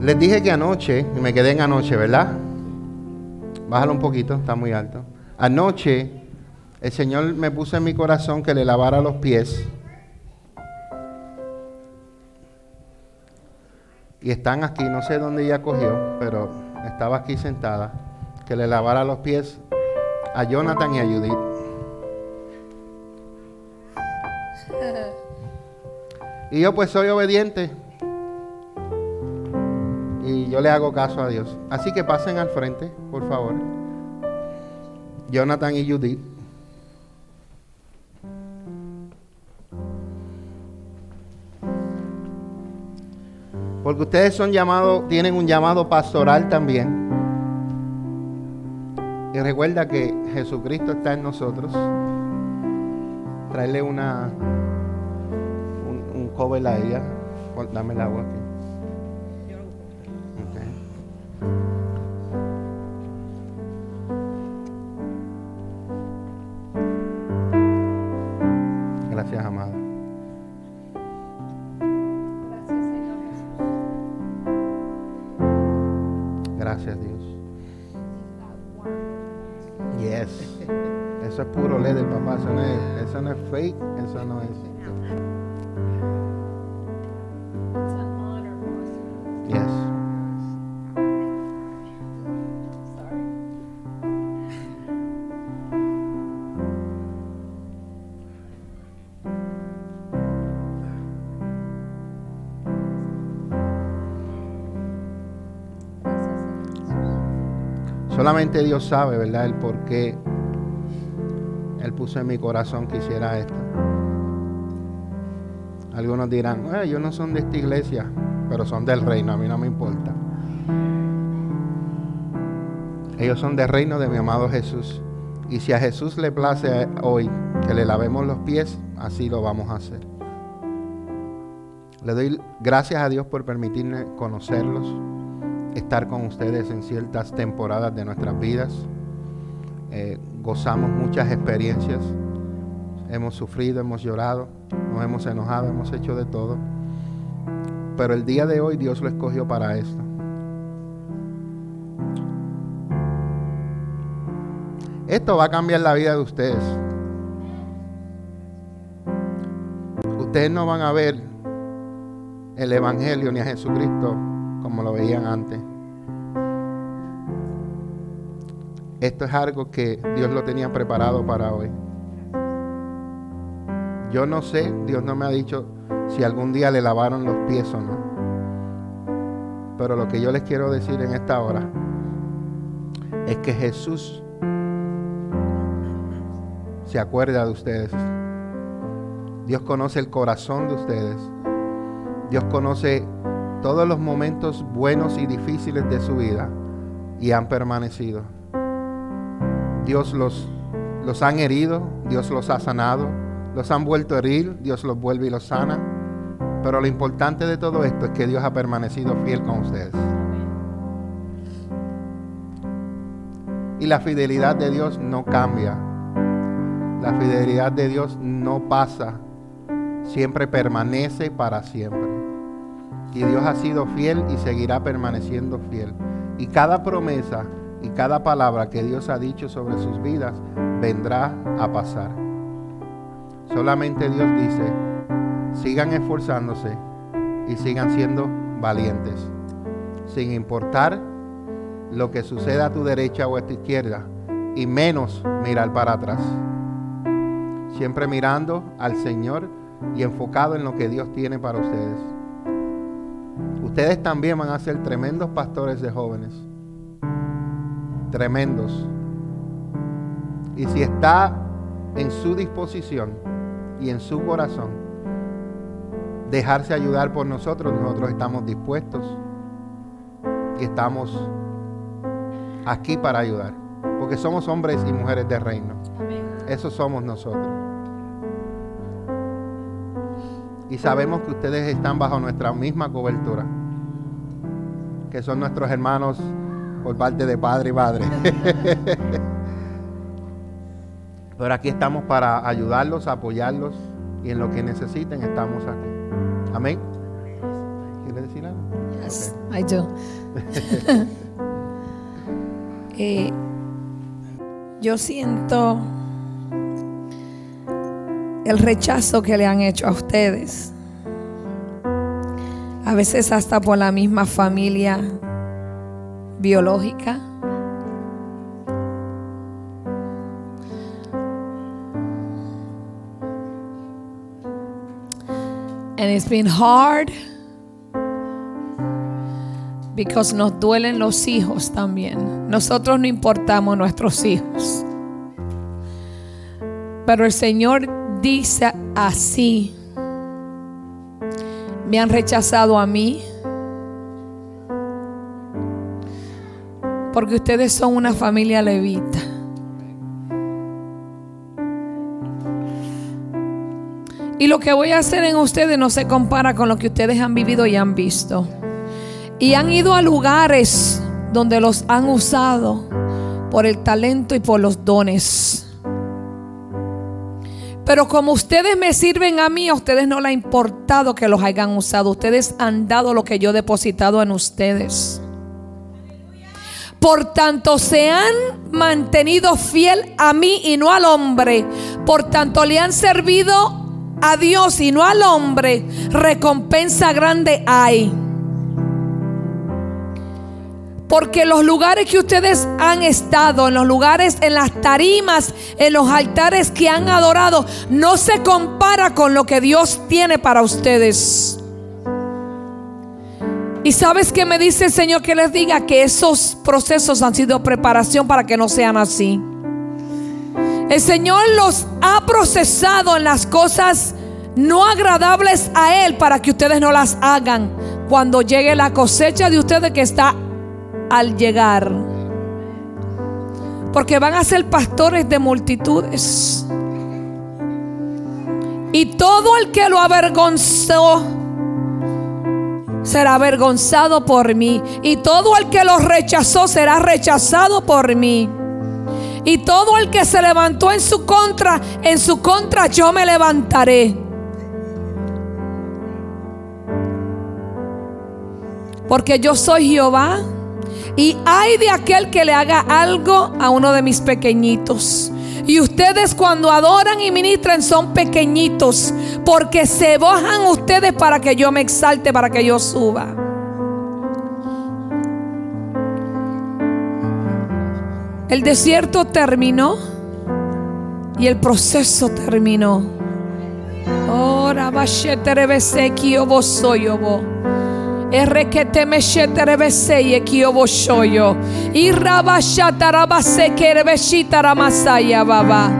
Speaker 2: Les dije que anoche, y me quedé en anoche, ¿verdad? Bájalo un poquito, está muy alto. Anoche el Señor me puso en mi corazón que le lavara los pies. Y están aquí, no sé dónde ella cogió, pero estaba aquí sentada. Que le lavara los pies a Jonathan y a Judith. Y yo pues soy obediente. Y yo le hago caso a Dios. Así que pasen al frente, por favor. Jonathan y Judith. Porque ustedes son llamados, tienen un llamado pastoral también. Y recuerda que Jesucristo está en nosotros. Traerle una un, un cover a ella. Pon- Dame el agua aquí. Ok. Gracias, amado. Gracias, Dios. Yes. Eso es puro LED del papá. Eso no es, eso no es fake. Eso no es. Yes. Solamente Dios sabe, ¿verdad? El por qué Él puso en mi corazón que hiciera esto. Algunos dirán, "Eh, ellos no son de esta iglesia, pero son del reino, a mí no me importa. Ellos son del reino de mi amado Jesús. Y si a Jesús le place hoy que le lavemos los pies, así lo vamos a hacer. Le doy gracias a Dios por permitirme conocerlos estar con ustedes en ciertas temporadas de nuestras vidas. Eh, gozamos muchas experiencias. Hemos sufrido, hemos llorado, nos hemos enojado, hemos hecho de todo. Pero el día de hoy Dios lo escogió para esto. Esto va a cambiar la vida de ustedes. Ustedes no van a ver el Evangelio ni a Jesucristo como lo veían antes. Esto es algo que Dios lo tenía preparado para hoy. Yo no sé, Dios no me ha dicho si algún día le lavaron los pies o no. Pero lo que yo les quiero decir en esta hora es que Jesús se acuerda de ustedes. Dios conoce el corazón de ustedes. Dios conoce todos los momentos buenos y difíciles de su vida y han permanecido. Dios los, los han herido, Dios los ha sanado, los han vuelto a herir, Dios los vuelve y los sana. Pero lo importante de todo esto es que Dios ha permanecido fiel con ustedes. Y la fidelidad de Dios no cambia. La fidelidad de Dios no pasa. Siempre permanece para siempre. Y Dios ha sido fiel y seguirá permaneciendo fiel. Y cada promesa y cada palabra que Dios ha dicho sobre sus vidas vendrá a pasar. Solamente Dios dice, sigan esforzándose y sigan siendo valientes. Sin importar lo que suceda a tu derecha o a tu izquierda. Y menos mirar para atrás. Siempre mirando al Señor y enfocado en lo que Dios tiene para ustedes. Ustedes también van a ser tremendos pastores de jóvenes. Tremendos. Y si está en su disposición y en su corazón dejarse ayudar por nosotros, nosotros estamos dispuestos y estamos aquí para ayudar. porque somos hombres y mujeres de reino. Eso somos nosotros. Y sabemos que ustedes están bajo nuestra misma cobertura, que son nuestros hermanos por parte de padre y madre. Pero aquí estamos para ayudarlos, apoyarlos y en lo que necesiten estamos aquí. Amén. ¿Quieres decir algo?
Speaker 1: Yes, I do. Eh, yo siento el rechazo que le han hecho a ustedes. A veces hasta por la misma familia biológica. And it's been hard because nos duelen los hijos también. Nosotros no importamos nuestros hijos. Pero el Señor dice así. Me han rechazado a mí. Porque ustedes son una familia levita. Y lo que voy a hacer en ustedes no se compara con lo que ustedes han vivido y han visto. Y han ido a lugares donde los han usado por el talento y por los dones. Pero como ustedes me sirven a mí, a ustedes no les ha importado que los hayan usado. Ustedes han dado lo que yo he depositado en ustedes. Por tanto, se han mantenido fiel a mí y no al hombre. Por tanto, le han servido a Dios y no al hombre. Recompensa grande hay. Porque los lugares que ustedes han estado, en los lugares, en las tarimas, en los altares que han adorado, no se compara con lo que Dios tiene para ustedes. Y sabes que me dice el Señor que les diga que esos procesos han sido preparación para que no sean así. El Señor los ha procesado en las cosas no agradables a Él para que ustedes no las hagan cuando llegue la cosecha de ustedes que está al llegar. Porque van a ser pastores de multitudes. Y todo el que lo avergonzó será avergonzado por mí. Y todo el que lo rechazó será rechazado por mí. Y todo el que se levantó en su contra, en su contra yo me levantaré. Porque yo soy Jehová. Y hay de aquel que le haga algo a uno de mis pequeñitos. Y ustedes cuando adoran y ministran son pequeñitos. Porque se bajan ustedes para que yo me exalte, para que yo suba. El desierto terminó y el proceso terminó. Ora basheterebeseki obosoyobo. Erreketemesheterebeseye kioboshoyo. Irrabashatarabasekerebeshitaramasaya baba.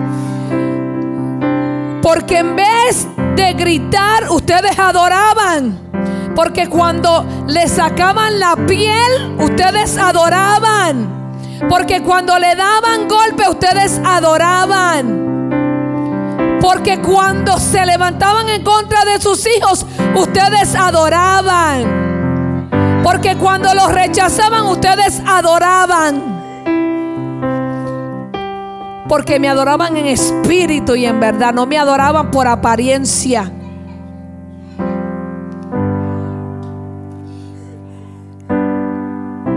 Speaker 1: Porque en vez de gritar, ustedes adoraban. Porque cuando le sacaban la piel, ustedes adoraban. Porque cuando le daban golpe, ustedes adoraban. Porque cuando se levantaban en contra de sus hijos, ustedes adoraban. Porque cuando los rechazaban, ustedes adoraban. Porque me adoraban en espíritu y en verdad. No me adoraban por apariencia.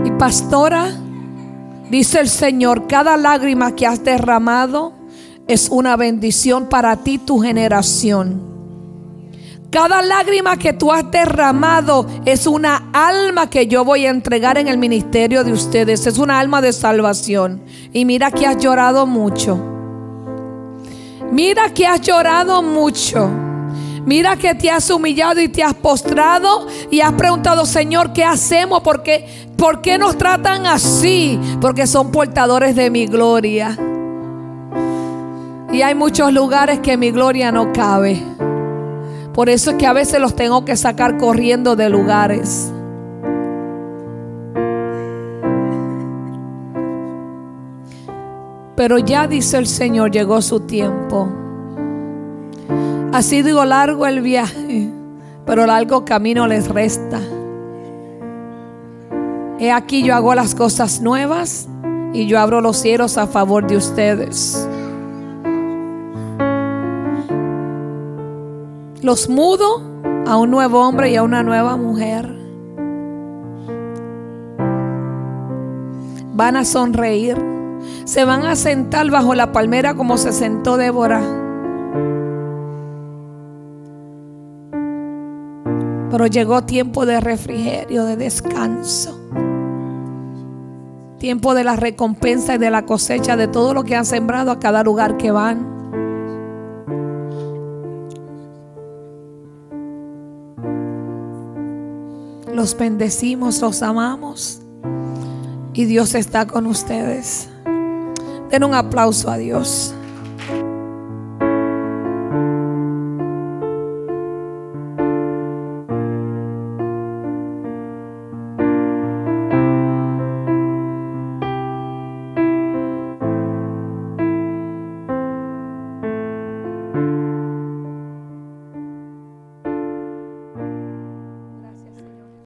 Speaker 1: Y pastora. Dice el Señor, cada lágrima que has derramado es una bendición para ti, tu generación. Cada lágrima que tú has derramado es una alma que yo voy a entregar en el ministerio de ustedes. Es una alma de salvación. Y mira que has llorado mucho. Mira que has llorado mucho. Mira que te has humillado y te has postrado y has preguntado, Señor, ¿qué hacemos? ¿Por qué, ¿Por qué nos tratan así? Porque son portadores de mi gloria. Y hay muchos lugares que mi gloria no cabe. Por eso es que a veces los tengo que sacar corriendo de lugares. Pero ya dice el Señor, llegó su tiempo. Ha sido largo el viaje, pero largo camino les resta. He aquí yo hago las cosas nuevas y yo abro los cielos a favor de ustedes. Los mudo a un nuevo hombre y a una nueva mujer. Van a sonreír. Se van a sentar bajo la palmera como se sentó Débora. Pero llegó tiempo de refrigerio, de descanso. Tiempo de la recompensa y de la cosecha de todo lo que han sembrado a cada lugar que van. Los bendecimos, los amamos. Y Dios está con ustedes. Den un aplauso a Dios.